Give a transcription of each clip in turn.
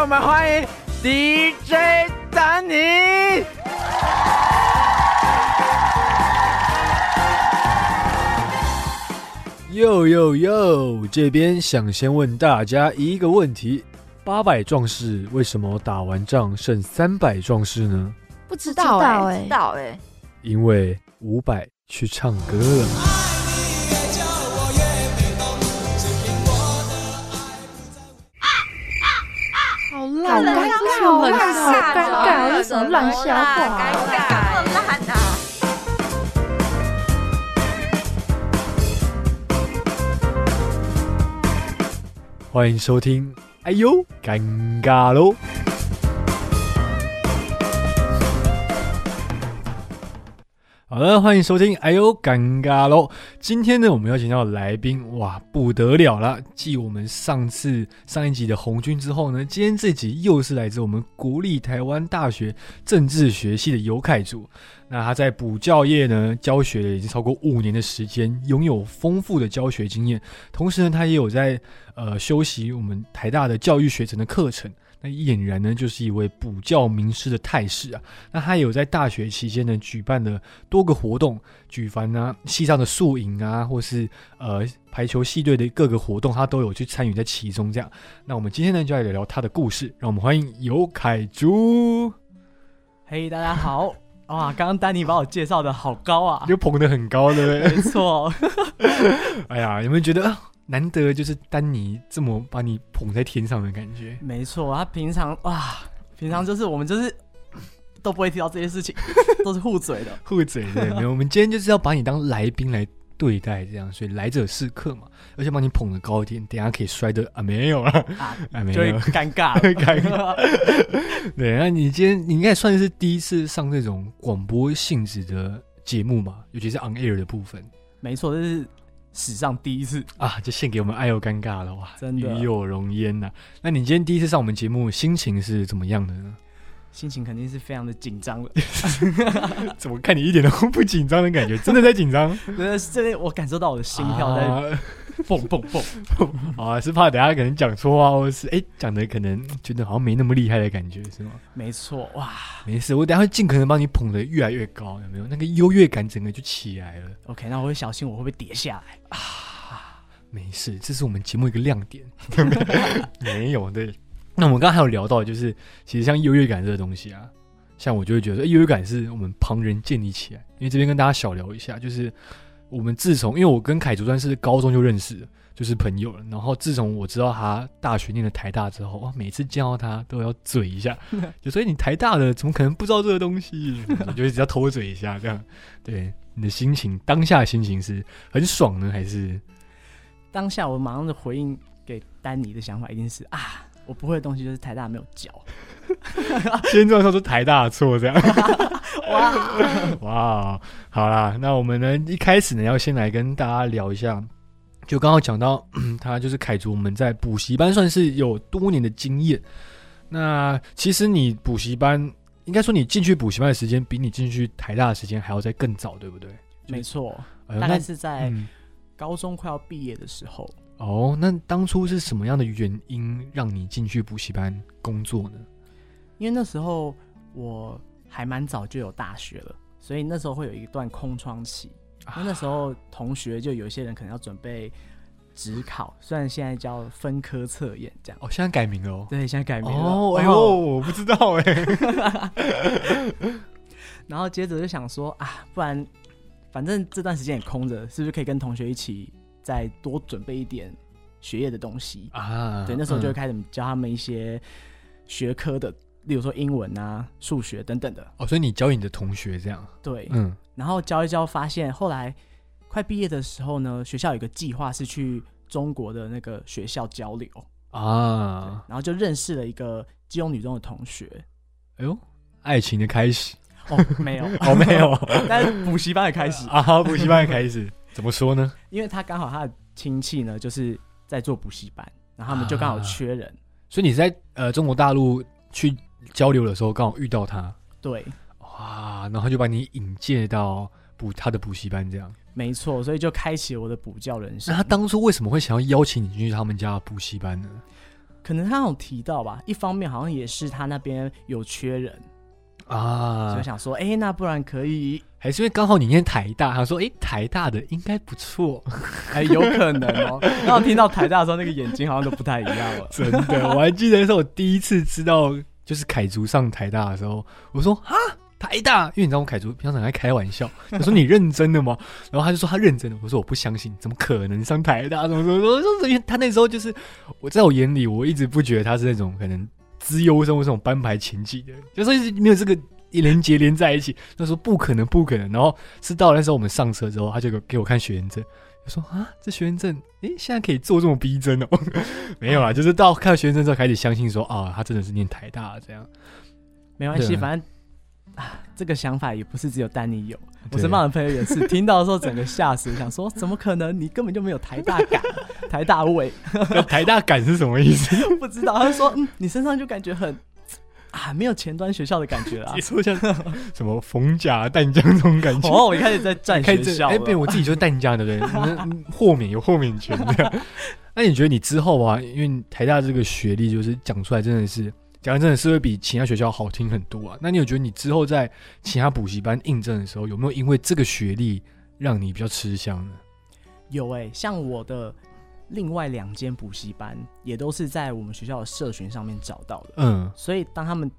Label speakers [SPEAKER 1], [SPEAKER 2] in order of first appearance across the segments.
[SPEAKER 1] 我们欢迎 DJ 丹尼。
[SPEAKER 2] 哟哟哟！这边想先问大家一个问题：八百壮士为什么打完仗剩三百壮士呢？
[SPEAKER 3] 不知
[SPEAKER 4] 道哎
[SPEAKER 3] 不知道哎，
[SPEAKER 2] 因为五百去唱歌了。
[SPEAKER 4] 好
[SPEAKER 3] 好
[SPEAKER 4] 烂
[SPEAKER 3] 尴
[SPEAKER 4] 啊，
[SPEAKER 3] 尬，
[SPEAKER 4] 好
[SPEAKER 3] 好
[SPEAKER 4] 烂
[SPEAKER 3] 尴
[SPEAKER 4] 啊，好尴
[SPEAKER 3] 尬
[SPEAKER 4] 尬，为什么乱笑话
[SPEAKER 3] 尴
[SPEAKER 4] 啊？
[SPEAKER 3] 尬，这么烂啊！
[SPEAKER 2] 欢迎收听，哎呦，尴尬喽！好了，欢迎收听，哎呦，尴尬喽！今天呢，我们邀请到的来宾，哇，不得了啦！继我们上次上一集的红军之后呢，今天这集又是来自我们国立台湾大学政治学系的尤凯祖。那他在补教业呢，教学了已经超过五年的时间，拥有丰富的教学经验。同时呢，他也有在呃修习我们台大的教育学程的课程。那俨然呢，就是一位补教名师的态势啊。那他也有在大学期间呢，举办了多个活动，举凡啊系上的宿营啊，或是呃排球系队的各个活动，他都有去参与在其中。这样，那我们今天呢，就来聊聊他的故事。让我们欢迎尤凯珠，
[SPEAKER 1] 嘿、大家好！哇，刚刚丹尼把我介绍的好 高啊！
[SPEAKER 2] 又捧得很高，对不对？
[SPEAKER 1] 没错，哦
[SPEAKER 2] 哎呀，有没有觉得啊难得就是丹尼这么把你捧在天上的感觉？
[SPEAKER 1] 没错，他平常哇，平常就是我们就是都不会提到这 些事情，都是互嘴的。
[SPEAKER 2] 护嘴 对，没有，我们今天就是要把你当来宾来对待，这样，所以来者是客嘛，而且把你捧得高一点，等一下可以摔的啊，没有啊，
[SPEAKER 1] 啊
[SPEAKER 2] 啊没
[SPEAKER 1] 就会
[SPEAKER 2] 有，，
[SPEAKER 1] 尴尬
[SPEAKER 2] 尴 对，那你今天你应该算是第一次上这种广播性质的节目嘛，尤其是 on air 的部分
[SPEAKER 1] 没错，这是史上第一次，
[SPEAKER 2] 啊，就献给我们爱又尴尬了哇，
[SPEAKER 1] 真的啊
[SPEAKER 2] 与有容焉呐、那你今天第一次上我们节目，心情是怎么样的 呢？
[SPEAKER 1] 心情肯定是非常的紧张的。
[SPEAKER 2] 怎么看你一点都不紧张的感觉？真的在紧张？
[SPEAKER 1] 真的是， 这我感受到我的心跳在
[SPEAKER 2] 啊
[SPEAKER 1] 蹦蹦蹦。
[SPEAKER 2] 啊，是怕等下可能讲错话，或是哎讲的可能觉得好像没那么厉害的感觉，是吗？
[SPEAKER 1] 没错，哇
[SPEAKER 2] 没事，我等下会尽可能帮你捧得越来越高，有没有？那个优越感整个就起来了。
[SPEAKER 1] ，OK，那我会小心，我会不会跌下来？
[SPEAKER 2] 没事，这是我们节目一个亮点。 没有对。那我们刚刚还有聊到，就是其实像优越感这个东西啊，像我就会觉得，诶优越感是我们旁人建立起来。因为这边跟大家小聊一下，就是我们自从，因为我跟凯竹算是高中就认识了，就是朋友了。然后自从我知道他大学念了台大之后，哇，每次见到他都要嘴 一下，就所以你台大的怎么可能不知道这个东西？ 我就一直要偷嘴一下这样。对，你的心情当下的心情是很爽呢，还是？
[SPEAKER 1] 当下我马上的回应给丹尼的想法一定是啊，我不会的东西就是台大没有教。
[SPEAKER 2] 先这样说是台大的错这样。 哇哇，好啦，那我们呢一开始呢要先来跟大家聊一下，就刚刚讲到 他就是凯竹，我们在补习班算是有多年的经验。那其实你补习班，应该说你进去补习班的时间比你进去台大的时间还要再更早，对不对？
[SPEAKER 1] 没错，
[SPEAKER 2] 哎呦
[SPEAKER 1] 大概是在
[SPEAKER 2] 嗯
[SPEAKER 1] 高中快要毕业的时候，
[SPEAKER 2] 哦，那当初是什么样的原因让你进去补习班工作呢？
[SPEAKER 1] 因为那时候我还蛮早就有大学了，所以那时候会有一段空窗期。
[SPEAKER 2] 啊
[SPEAKER 1] 因为那时候同学就有一些人可能要准备职考，虽然现在叫分科测验这样。
[SPEAKER 2] 哦，现在改名了哦。
[SPEAKER 1] 对，现在改名了。
[SPEAKER 2] 哦，哎
[SPEAKER 1] 然
[SPEAKER 2] 呦，
[SPEAKER 1] 后
[SPEAKER 2] 我不知道哎、
[SPEAKER 1] 然后接着就想说啊，不然反正这段时间也空着，是不是可以跟同学一起再多准备一点学业的东西？
[SPEAKER 2] 啊，
[SPEAKER 1] 对，那时候就会
[SPEAKER 2] 嗯、
[SPEAKER 1] 开始教他们一些学科的，例如说英文啊、数学等等的。
[SPEAKER 2] 哦，所以你教你的同学这样，
[SPEAKER 1] 对，
[SPEAKER 2] 嗯，
[SPEAKER 1] 然后教一教，发现后来快毕业的时候呢，学校有个计划是去中国的那个学校交流，对
[SPEAKER 2] 啊，
[SPEAKER 1] 然后就认识了一个基隆女中的同 学。
[SPEAKER 2] 哎呦，爱情的开始，
[SPEAKER 1] 哦，没有，
[SPEAKER 2] 哦，没有
[SPEAKER 1] 但是补习班的开 始，
[SPEAKER 2] 啊，补习班的开始，怎么说呢？
[SPEAKER 1] 因为他刚好他的亲戚呢就是在做补习班，然后他们就刚好缺人，
[SPEAKER 2] 所以你在呃中国大陆去交流的时候，刚好遇到他，
[SPEAKER 1] 对，
[SPEAKER 2] 哇，然后就把你引介到补他的补习班这样。
[SPEAKER 1] 没错，所以
[SPEAKER 2] 啊
[SPEAKER 1] 就开启了我的补教人生
[SPEAKER 2] 那他。当初为什么会想要邀请你去他们家补习班呢？
[SPEAKER 1] 可能他有提到吧，一方面好像也是他那边有缺人，所
[SPEAKER 2] 啊
[SPEAKER 1] 以，想说，哎、那不然可以，
[SPEAKER 2] 还是因为刚好你念台大，他说哎、诶台大的应该不错，。
[SPEAKER 1] 哎、有可能哦。然后听到台大的时候，那个眼睛好像都不太一样了
[SPEAKER 2] 真的，我还记得是我第一次知道，就是凯族上台大的时候，我说哈台大，因为你知道我们凯族平常很爱开玩笑，我说你认真的吗？然后他就说他认真的，我说我不相信，怎么可能上台大？怎么怎么怎么？说因为他那时候就是我在我眼里，我一直不觉得他是那种可能资优生或这种班排前几的人，就是一直没有这个。连接连在一起，他说不可能，不可能。然后是到那时候我们上车之后，他就给给我看学员证，我说啊，这学员证，诶，现在可以做这么逼真哦。没有啦，就是到看学生之后开始相信说啊，他真的是念台大的这样。
[SPEAKER 1] 没关
[SPEAKER 2] 对
[SPEAKER 1] 系，
[SPEAKER 2] 啊
[SPEAKER 1] 反正。啊，这个想法也不是只有丹尼有，我
[SPEAKER 2] 对
[SPEAKER 1] 身 旁的朋友也是听到的时候整个吓死，想说怎么可能？你根本就没有台大感、 台大味，
[SPEAKER 2] 那台大感是什么意思？
[SPEAKER 1] 不知道。他就说，嗯，你身上就感觉很啊，没有前端学校的感觉啦
[SPEAKER 2] 你。说像什么逢甲淡江这种感觉？
[SPEAKER 1] 哦，我一开始在 站
[SPEAKER 2] 开
[SPEAKER 1] 学
[SPEAKER 2] 始
[SPEAKER 1] 校
[SPEAKER 2] 哎，
[SPEAKER 1] 了，
[SPEAKER 2] 变我自己就是淡江，对不 对？那嗯豁免有豁免权这样。 那你觉得你之后啊，因为你台大这个学历就是讲出来真的是讲得真的是会比其他学校好听很多啊。那你有觉得你之后在其他补习班应征的时候，有没有因为这个学历让你比较吃香呢？
[SPEAKER 1] 有哎、像我的另外两间补习班也都是在我们学校的社群上面找到的，
[SPEAKER 2] 嗯，
[SPEAKER 1] 所以当他们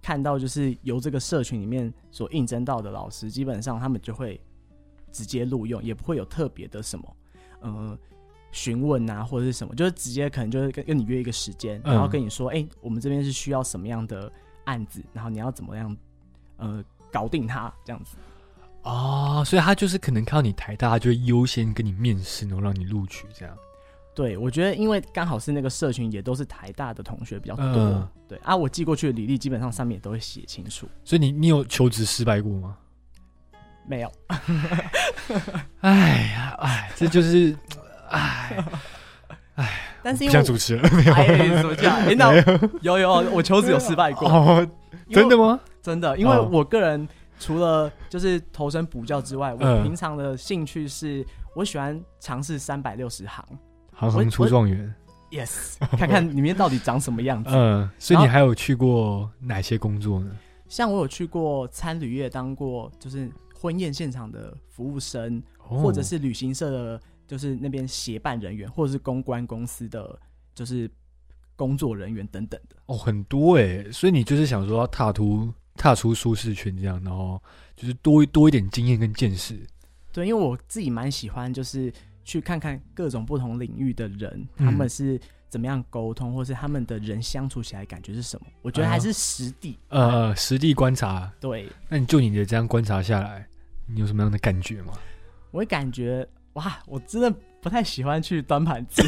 [SPEAKER 1] 看到就是由这个社群里面所应征到的老师，基本上他们就会直接录用，也不会有特别的什么，呃。询问啊，或者是什么，就是直接可能就是跟跟你约一个时间，
[SPEAKER 2] 嗯
[SPEAKER 1] 然后跟你说，哎、我们这边是需要什么样的案子，然后你要怎么样，呃，搞定它这样子。
[SPEAKER 2] 哦，所以他就是可能看到你台大，他就会优先跟你面试，然后让你录取这样。
[SPEAKER 1] 对，我觉得因为刚好是那个社群也都是台大的同学比较多，
[SPEAKER 2] 嗯
[SPEAKER 1] 对啊，我寄过去的履历基本上上面也都会写清楚，
[SPEAKER 2] 所以你你有求职失败过吗？
[SPEAKER 1] 没有，
[SPEAKER 2] 哎呀，哎，这就是，哎，
[SPEAKER 1] 但
[SPEAKER 2] 不
[SPEAKER 1] 是因为
[SPEAKER 2] 像
[SPEAKER 1] 我
[SPEAKER 2] 主持人没有。
[SPEAKER 1] 哎，怎么 讲？哎，那有有，我求职有失败过，
[SPEAKER 2] 哦，
[SPEAKER 1] 因 为
[SPEAKER 2] 真的吗？
[SPEAKER 1] 真的，因为
[SPEAKER 2] 哦
[SPEAKER 1] 我个人除了就是投身补教之外，我
[SPEAKER 2] 嗯
[SPEAKER 1] 平常的兴趣是我喜欢尝试三百六十行
[SPEAKER 2] 行行出状元。
[SPEAKER 1] ，yes，看 看里面到底长什么样子。
[SPEAKER 2] 嗯，所以你
[SPEAKER 1] 然后
[SPEAKER 2] 还有去过哪些工作呢？
[SPEAKER 1] 像我有去过餐旅业当过就是婚宴现场的服务生，
[SPEAKER 2] 哦
[SPEAKER 1] 或者是旅行社的，就是那边协办人员，或者是公关公司的，就是工作人员等等的。
[SPEAKER 2] 哦，很多哎，所以你就是想说要踏出踏出舒适圈这样，然后就是多多一点经验跟见识。
[SPEAKER 1] 对，因为我自己蛮喜欢，就是去看看各种不同领域的人，
[SPEAKER 2] 嗯
[SPEAKER 1] 他们是怎么样沟通，或是他们的人相处起来感觉是什么。我
[SPEAKER 2] 哎
[SPEAKER 1] 觉得还是实地。
[SPEAKER 2] 呃，实地观察，
[SPEAKER 1] 对
[SPEAKER 2] 那你就你的这样观察下来，你有什么样的感觉吗？
[SPEAKER 1] 我会感觉哇，我真的不太喜欢去端盘 子，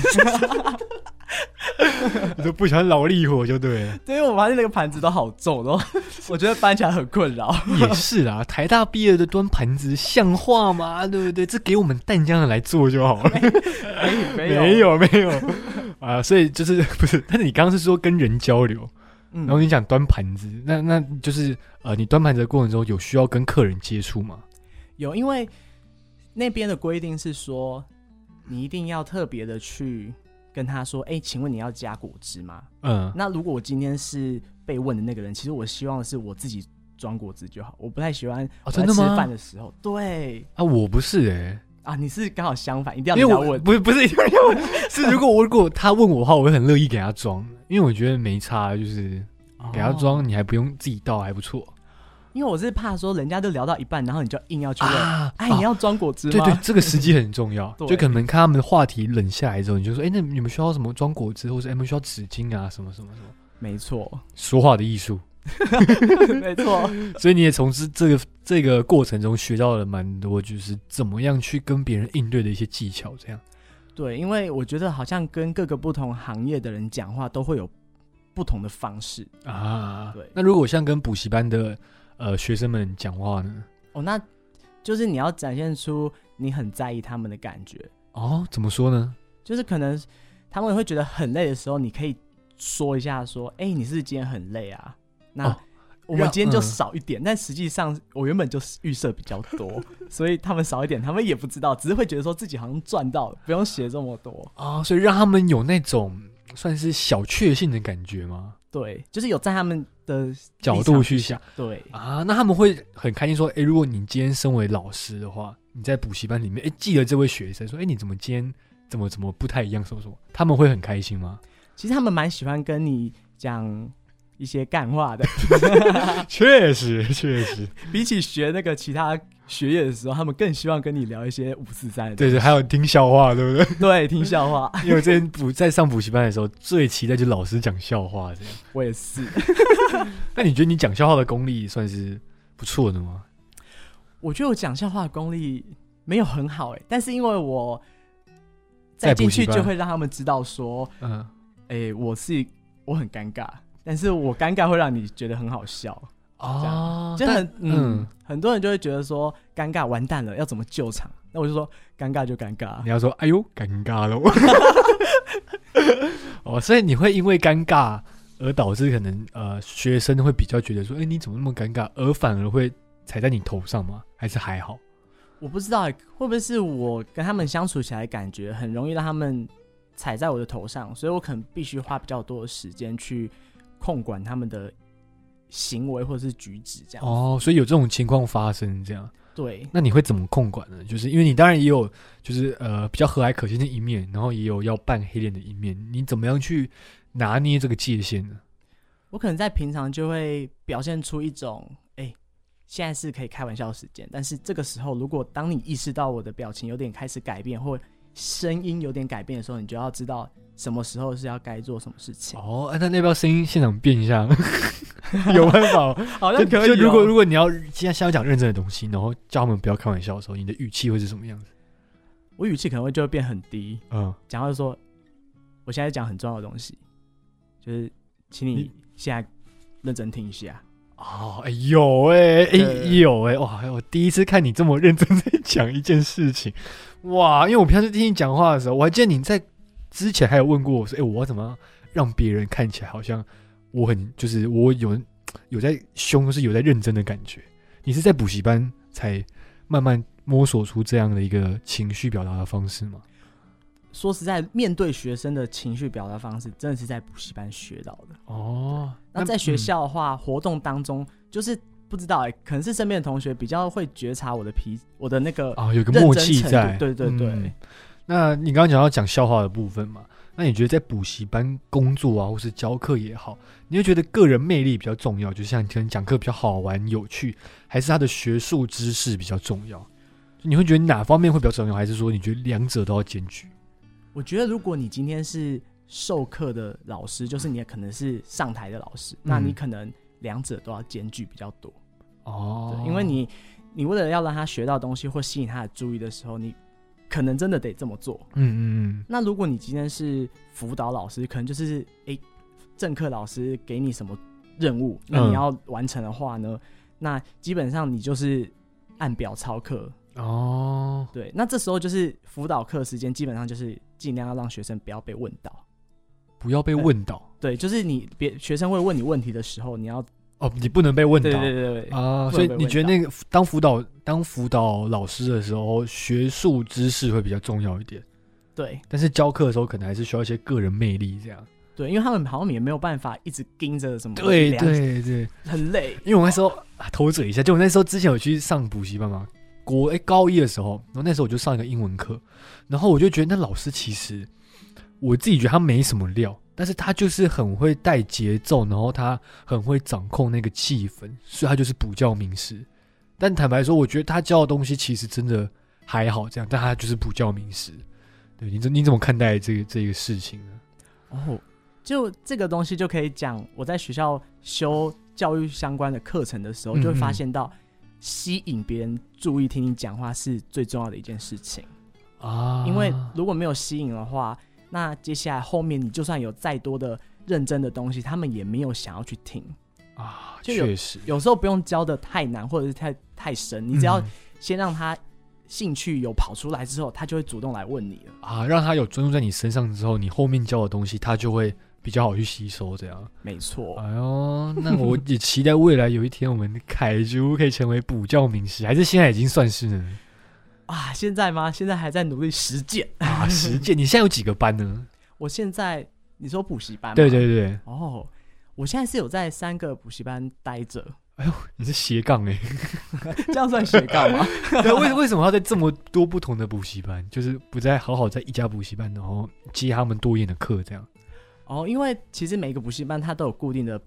[SPEAKER 2] 你都不喜欢劳力活就对了。
[SPEAKER 1] 对，因为我发现那个盘子都好重，然后我觉得搬起来很困扰。
[SPEAKER 2] 也是啦，台大毕业的端盘子像话吗？对不对？这给我们淡江的来做就 好了。
[SPEAKER 1] 没
[SPEAKER 2] 哎没，有没有啊，所以就是 不是？但是你刚刚是说跟人交流，
[SPEAKER 1] 嗯
[SPEAKER 2] 然后你讲端盘子，那那就是呃，你端盘子的过程中有需要跟客人接触吗？
[SPEAKER 1] 有，因为那边的规定是说，你一定要特别的去跟他说，哎、请问你要加果汁吗？
[SPEAKER 2] 嗯，
[SPEAKER 1] 那如果我今天是被问的那个人，其实我希望是我自己装果汁就好，我不太喜欢我
[SPEAKER 2] 哦，
[SPEAKER 1] 在
[SPEAKER 2] 真的
[SPEAKER 1] 吃饭
[SPEAKER 2] 吗？
[SPEAKER 1] 的时候，对
[SPEAKER 2] 啊，我不是哎、
[SPEAKER 1] 啊，你是刚好相反，一定要
[SPEAKER 2] 因为
[SPEAKER 1] 人家
[SPEAKER 2] 我
[SPEAKER 1] 问，
[SPEAKER 2] 不是不是 是如果我如果他问我的话，我会很乐意给他装，因为我觉得没差，就是给他
[SPEAKER 1] 哦
[SPEAKER 2] 装，你还不用自己倒，还不错
[SPEAKER 1] 因为我是怕说人家都聊到一半，然后你就硬要去问，
[SPEAKER 2] 啊
[SPEAKER 1] 哎，你要装果汁吗？。
[SPEAKER 2] 对对，这个时机很重要
[SPEAKER 1] 对
[SPEAKER 2] 就可能看他们的话题冷下来之后，你就说：“哎、那你们需要什么装果汁，或者哎你们需要纸巾啊，什么什么什么。
[SPEAKER 1] 没错，”
[SPEAKER 2] 说话的艺术，
[SPEAKER 1] 没错，
[SPEAKER 2] 所以你也从这这个这个过程中学到了蛮多，就是怎么样去跟别人应对的一些技巧。这样，
[SPEAKER 1] 对，因为我觉得好像跟各个不同行业的人讲话都会有不同的方式。
[SPEAKER 2] 啊
[SPEAKER 1] 对
[SPEAKER 2] 那如果像跟补习班的呃学生们讲话呢？
[SPEAKER 1] 哦，那就是你要展现出你很在意他们的感觉，
[SPEAKER 2] 哦，怎么说呢？
[SPEAKER 1] 就是可能他们会觉得很累的时候，你可以说一下说，哎、你是不是今天很累啊？那、
[SPEAKER 2] 哦
[SPEAKER 1] 我们
[SPEAKER 2] 让
[SPEAKER 1] 今天就
[SPEAKER 2] 嗯
[SPEAKER 1] 少一点，但实际上我原本就是预设比较多，所以他们少一点，他们
[SPEAKER 2] 哦
[SPEAKER 1] 也不知道，只是会觉得说自己好像赚到了，不用写这么多。
[SPEAKER 2] 啊、所以让他们有那种算是小确幸的感觉吗？
[SPEAKER 1] 对，就是有在他们的
[SPEAKER 2] 角
[SPEAKER 1] 立场
[SPEAKER 2] 度
[SPEAKER 1] 不
[SPEAKER 2] 去想
[SPEAKER 1] 对，
[SPEAKER 2] 啊，那他们会很开心说，哎、如果你今天身为老师的话，你在补习班里面，哎、记得这位学生说，哎、你怎么今天怎么怎么不太一样，什么什么，他们会很开心吗？
[SPEAKER 1] 其实他们蛮喜欢跟你讲一些干话的。
[SPEAKER 2] 确实，确实，
[SPEAKER 1] 比起学那个其他学业的时候，他们更希望跟你聊一些五四三的东
[SPEAKER 2] 对
[SPEAKER 1] 西。
[SPEAKER 2] 对，还有听笑话，对不对？
[SPEAKER 1] 对，听笑话，
[SPEAKER 2] 因为我之前补在上补习班的时候，最期待就是老师讲笑话这样。
[SPEAKER 1] 我也是。
[SPEAKER 2] 那你觉得你讲笑话的功力算是不错的吗？
[SPEAKER 1] 我觉得我讲笑话的功力没有很好哎、但是因为我
[SPEAKER 2] 在
[SPEAKER 1] 再
[SPEAKER 2] 补
[SPEAKER 1] 进
[SPEAKER 2] 习
[SPEAKER 1] 去
[SPEAKER 2] 班
[SPEAKER 1] 就会让他们知道说，
[SPEAKER 2] 嗯，
[SPEAKER 1] 哎、我是我很尴尬，但是我尴尬会让你觉得很好笑，
[SPEAKER 2] 哦，
[SPEAKER 1] 就很
[SPEAKER 2] 但
[SPEAKER 1] 嗯很多人就会觉得说尴尬完蛋了，要怎么救场？那我就说尴尬就尴尬
[SPEAKER 2] 你，要说哎呦尴尬了，哦，所以你会因为尴尬而导致可能呃学生会比较觉得说，哎、你怎么那么尴尬，而反而会踩在你头上吗？还是还好？
[SPEAKER 1] 我不知道、欸、会不会是我跟他们相处起来感觉很容易让他们踩在我的头上，所以我可能必须花比较多的时间去控管他们的行为或者是举止这样。
[SPEAKER 2] 哦，所以有这种情况发生这样。
[SPEAKER 1] 对，
[SPEAKER 2] 那你会怎么控管呢？就是因为你当然也有，就是呃比较和蔼可亲的一面，然后也有要扮黑脸的一面，你怎么样去拿捏这个界限呢？
[SPEAKER 1] 我可能在平常就会表现出一种，哎、现在是可以开玩笑的时间，但是这个时候，如果当你意识到我的表情有点开始改变，或声音有点改变的时候，你就要知道什么时候是要该做什么事情。
[SPEAKER 2] 哦，啊那要不要声音现场变一下？ 有办法吗？
[SPEAKER 1] 好
[SPEAKER 2] 就就如
[SPEAKER 1] 哦
[SPEAKER 2] 果如果你要现在先要讲认真的东西，然后叫他们不要开玩笑的时候，你的语气会是什么样子？
[SPEAKER 1] 我语气可能会就会变很低，
[SPEAKER 2] 嗯，
[SPEAKER 1] 讲话就说，我现在讲很重要的东西，就是请你
[SPEAKER 2] 你
[SPEAKER 1] 现在认真听一下。
[SPEAKER 2] 哦，哎有哎、哎
[SPEAKER 1] 对
[SPEAKER 2] 有哎、哇！我第一次看你这么认真在讲一件事情，哇！因为我平常听你讲话的时候，我还记得你在之前还有问过我说，哎、我要怎么样让别人看起来好像我很就是我有有在凶，是有在认真的感觉。你是在补习班才慢慢摸索出这样的一个情绪表达的方式吗？
[SPEAKER 1] 说实在，面对学生的情绪表达方式，真的是在补习班学到的。
[SPEAKER 2] 哦，
[SPEAKER 1] 那在学
[SPEAKER 2] 嗯
[SPEAKER 1] 校的话，活动当中就是不知道哎、可能是身边的同学比较会觉察我的脾，我的那个
[SPEAKER 2] 啊、有个
[SPEAKER 1] 认真
[SPEAKER 2] 默契
[SPEAKER 1] 程度
[SPEAKER 2] 在。
[SPEAKER 1] 对对对
[SPEAKER 2] 嗯那你刚刚讲到讲笑话的部分嘛，那你觉得在补习班工作啊，或是教课也好，你会觉得个人魅力比较重要，就像你可能讲课比较好玩有趣，还是他的学术知识比较重要？就你会觉得哪方面会比较重要，还是说你觉得两者都要兼具？
[SPEAKER 1] 我觉得如果你今天是授课的老师，就是你也可能是上台的老
[SPEAKER 2] 嗯
[SPEAKER 1] 师，那你可能两者都要兼具比较多，对
[SPEAKER 2] 哦，
[SPEAKER 1] 因为你你为了要让他学到东西或吸引他的注意的时候，你可能真的得这么做。
[SPEAKER 2] 嗯嗯
[SPEAKER 1] 那如果你今天是辅导老师，可能就是诶、政课老师给你什么任务，那
[SPEAKER 2] 嗯
[SPEAKER 1] 你要完成的话呢，那基本上你就是按表操课。
[SPEAKER 2] 嗯，哦，
[SPEAKER 1] 对，那这时候就是辅导课时间，基本上就是尽量要让学生不要被问到。
[SPEAKER 2] 不要被问到
[SPEAKER 1] 对，就是你别学生会问你问题的时候，你要
[SPEAKER 2] 哦，你不能被问到。
[SPEAKER 1] 对对对对对，
[SPEAKER 2] 啊，
[SPEAKER 1] 不
[SPEAKER 2] 所以
[SPEAKER 1] 能被
[SPEAKER 2] 你
[SPEAKER 1] 问
[SPEAKER 2] 觉得
[SPEAKER 1] 到
[SPEAKER 2] 那个当辅导当辅导老师的时候，学术知识会比较重要一点，
[SPEAKER 1] 对
[SPEAKER 2] 但是教课的时候可能还是需要一些个人魅力这样。
[SPEAKER 1] 对，因为他们好像也没有办法一直盯着什么，
[SPEAKER 2] 对
[SPEAKER 1] 量，
[SPEAKER 2] 对对，
[SPEAKER 1] 很累。
[SPEAKER 2] 因为我那时候、啊、偷嘴一下，就我那时候之前有去上补习班嘛，国哎、高一的时候，然后那时候我就上一个英文课，然后我就觉得那老师其实我自己觉得他没什么料，但是他就是很会带节奏，然后他很会掌控那个气氛，所以他就是补教名师。但坦白说，我觉得他教的东西其实真的还好，这样，但他就是补教名师。对你怎你怎么看待这个这个事情呢？
[SPEAKER 1] 哦，就这个东西就可以讲，我在学校修教育相关的课程的时候，
[SPEAKER 2] 嗯
[SPEAKER 1] 就会发现到吸引别人注意听你讲话是最重要的一件事情。
[SPEAKER 2] 啊
[SPEAKER 1] 因为如果没有吸引的话，那接下来后面你就算有再多的认真的东西，他们也没有想要去听。
[SPEAKER 2] 啊，
[SPEAKER 1] 就有
[SPEAKER 2] 确实，
[SPEAKER 1] 有时候不用教的太难，或者是太太深，你只要
[SPEAKER 2] 嗯
[SPEAKER 1] 先让他兴趣有跑出来之后，他就会主动来问你了。
[SPEAKER 2] 啊，让他有专注在你身上之后，你后面教的东西他就会比较好去吸收。这样，
[SPEAKER 1] 没错，
[SPEAKER 2] 哎呦，那 我也期待未来有一天我们凯珠可以成为补教名师，还是现在已经算是 呢？
[SPEAKER 1] 啊，现在吗？现在还在努力实践。
[SPEAKER 2] 啊，实践，你现在有几个班呢？
[SPEAKER 1] 我现在你说补习班吗？
[SPEAKER 2] 对对对，
[SPEAKER 1] 哦，我现在是有在三个补习班待 着，
[SPEAKER 2] 你是斜杠 哎、
[SPEAKER 1] 这样算斜杠吗？
[SPEAKER 2] 对，为为什么要在这么多不同的补习班，就是不再好好在一家补习班，然后接他们多元的课这样
[SPEAKER 1] 哦，因为其实每个补习班它都有固定的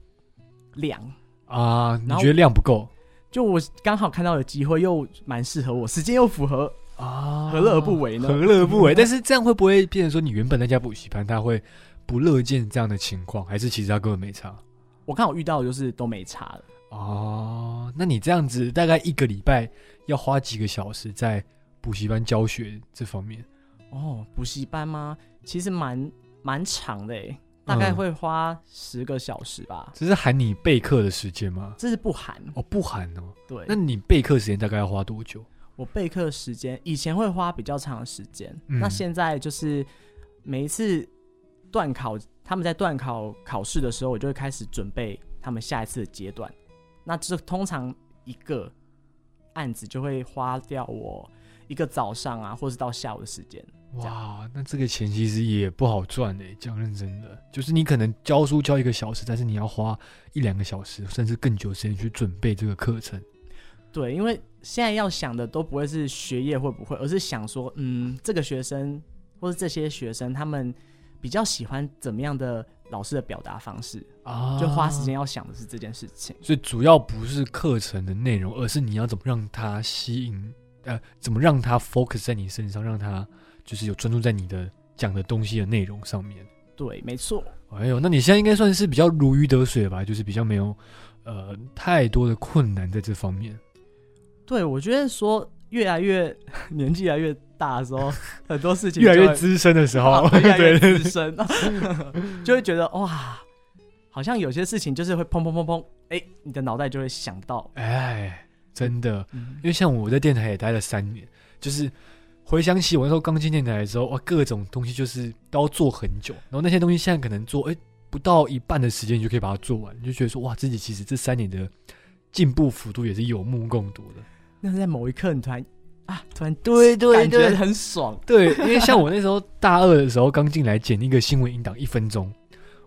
[SPEAKER 1] 量，
[SPEAKER 2] 啊？你
[SPEAKER 1] 然后
[SPEAKER 2] 觉得量不够
[SPEAKER 1] 就我刚好看到有机会，又蛮适合我，时间又符合，
[SPEAKER 2] 啊？
[SPEAKER 1] 何乐而不为呢？
[SPEAKER 2] 何乐而不为？ 但是这样会不会变成说你原本那家补习班他会不乐见这样的情况，还是其实他根本没差？
[SPEAKER 1] 我刚好遇到的就是都没差了，
[SPEAKER 2] 哦，那你这样子大概一个礼拜要花几个小时在补习班教学这方面？
[SPEAKER 1] 哦，补习班吗？其实蛮蛮长的诶，大概
[SPEAKER 2] 嗯
[SPEAKER 1] 会花十个小时吧，
[SPEAKER 2] 这是含你备课的时间吗？
[SPEAKER 1] 这是不含。
[SPEAKER 2] 哦，不含哦。
[SPEAKER 1] 对，
[SPEAKER 2] 那你备课时间大概要花多久？
[SPEAKER 1] 我备课时间以前会花比较长的时间，
[SPEAKER 2] 嗯
[SPEAKER 1] 那现在就是每一次段考，他们在段考考试的时候，我就会开始准备他们下一次的阶段。那这通常一个案子就会花掉我一个早上啊，或是到下午的时间。这
[SPEAKER 2] 哇，那这个钱其实也不好赚诶、讲认真的，就是你可能教书教一个小时，但是你要花一两个小时，甚至更久时间去准备这个课程。
[SPEAKER 1] 对，因为现在要想的都不会是学业会不会，而是想说，嗯，这个学生或是这些学生他们比较喜欢怎么样的老师的表达方式。
[SPEAKER 2] 啊
[SPEAKER 1] 就花时间。要想的是这件事情。
[SPEAKER 2] 所以主要不是课程的内容，而是你要怎么让它吸引，呃，怎么让它 focus 在你身上，让它就是有专注在你的讲的东西的内容上面。
[SPEAKER 1] 对，没错。
[SPEAKER 2] 哎呦，那你现在应该算是比较如鱼得水吧，就是比较没有呃太多的困难在这方面。
[SPEAKER 1] 对，我觉得说越来越 年纪越来越大的时候，很多事情
[SPEAKER 2] 越来
[SPEAKER 1] 就
[SPEAKER 2] 越
[SPEAKER 1] 会
[SPEAKER 2] 资深的时候，
[SPEAKER 1] 啊越来 越
[SPEAKER 2] 对
[SPEAKER 1] 资深， 就会觉得哇，好像有些事情就是会砰砰砰砰，哎、你的脑袋就会想到。
[SPEAKER 2] 哎，真的，
[SPEAKER 1] 嗯
[SPEAKER 2] 因为像我在电台也待了三年，就是回想起我那时候刚进电台的时候，哇，各种东西就是都要做很久，然后那些东西现在可能做哎不到一半的时间，你就可以把它做完，你就觉得说哇，自己其实这三年的进步幅度也是有目共睹的。
[SPEAKER 1] 那是在某一刻，你突然啊，突然
[SPEAKER 2] 对对
[SPEAKER 1] 感觉很爽。
[SPEAKER 2] 对，因为像我那时候大二的时候刚进来剪一个新闻音档一分钟，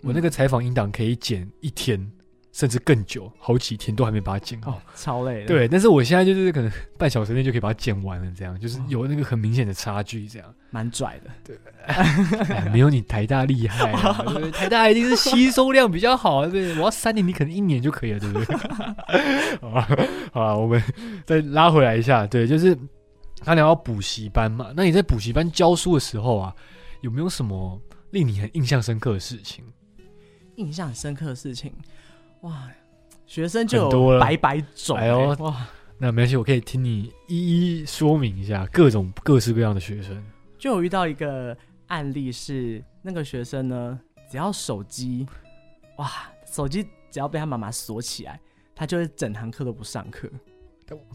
[SPEAKER 2] 我
[SPEAKER 1] 嗯
[SPEAKER 2] 那个采访音档可以剪一天，甚至更久，好几天都还没把它剪好。
[SPEAKER 1] 哦，超累的。，
[SPEAKER 2] 对，但是我现在就是可能半小时内就可以把它剪完了，这样就是有那个很明显的差距，这样、
[SPEAKER 1] 蛮拽的。
[SPEAKER 2] 哎、没有你台大厉害、啊，对不对台大一定是吸收量比较好，啊对不对？我要三年，你可能一年就可以了，对不对？好啊，好啊，我们再拉回来一下，对，就是他聊到补习班嘛，那你在补习班教书的时候啊，有没有什么令你很印象深刻的事情？
[SPEAKER 1] 印象很深刻的事情，哇，学生就
[SPEAKER 2] 很多
[SPEAKER 1] 有
[SPEAKER 2] 了
[SPEAKER 1] 百百种、
[SPEAKER 2] 哎呦
[SPEAKER 1] 哎哇，
[SPEAKER 2] 那没关系，我可以听你一一说明一下各种各式各样的学生。
[SPEAKER 1] 就有遇到一个案例是，那个学生呢，只要手机，哇，手机只要被他妈妈锁起来，他就会整堂课都不上课。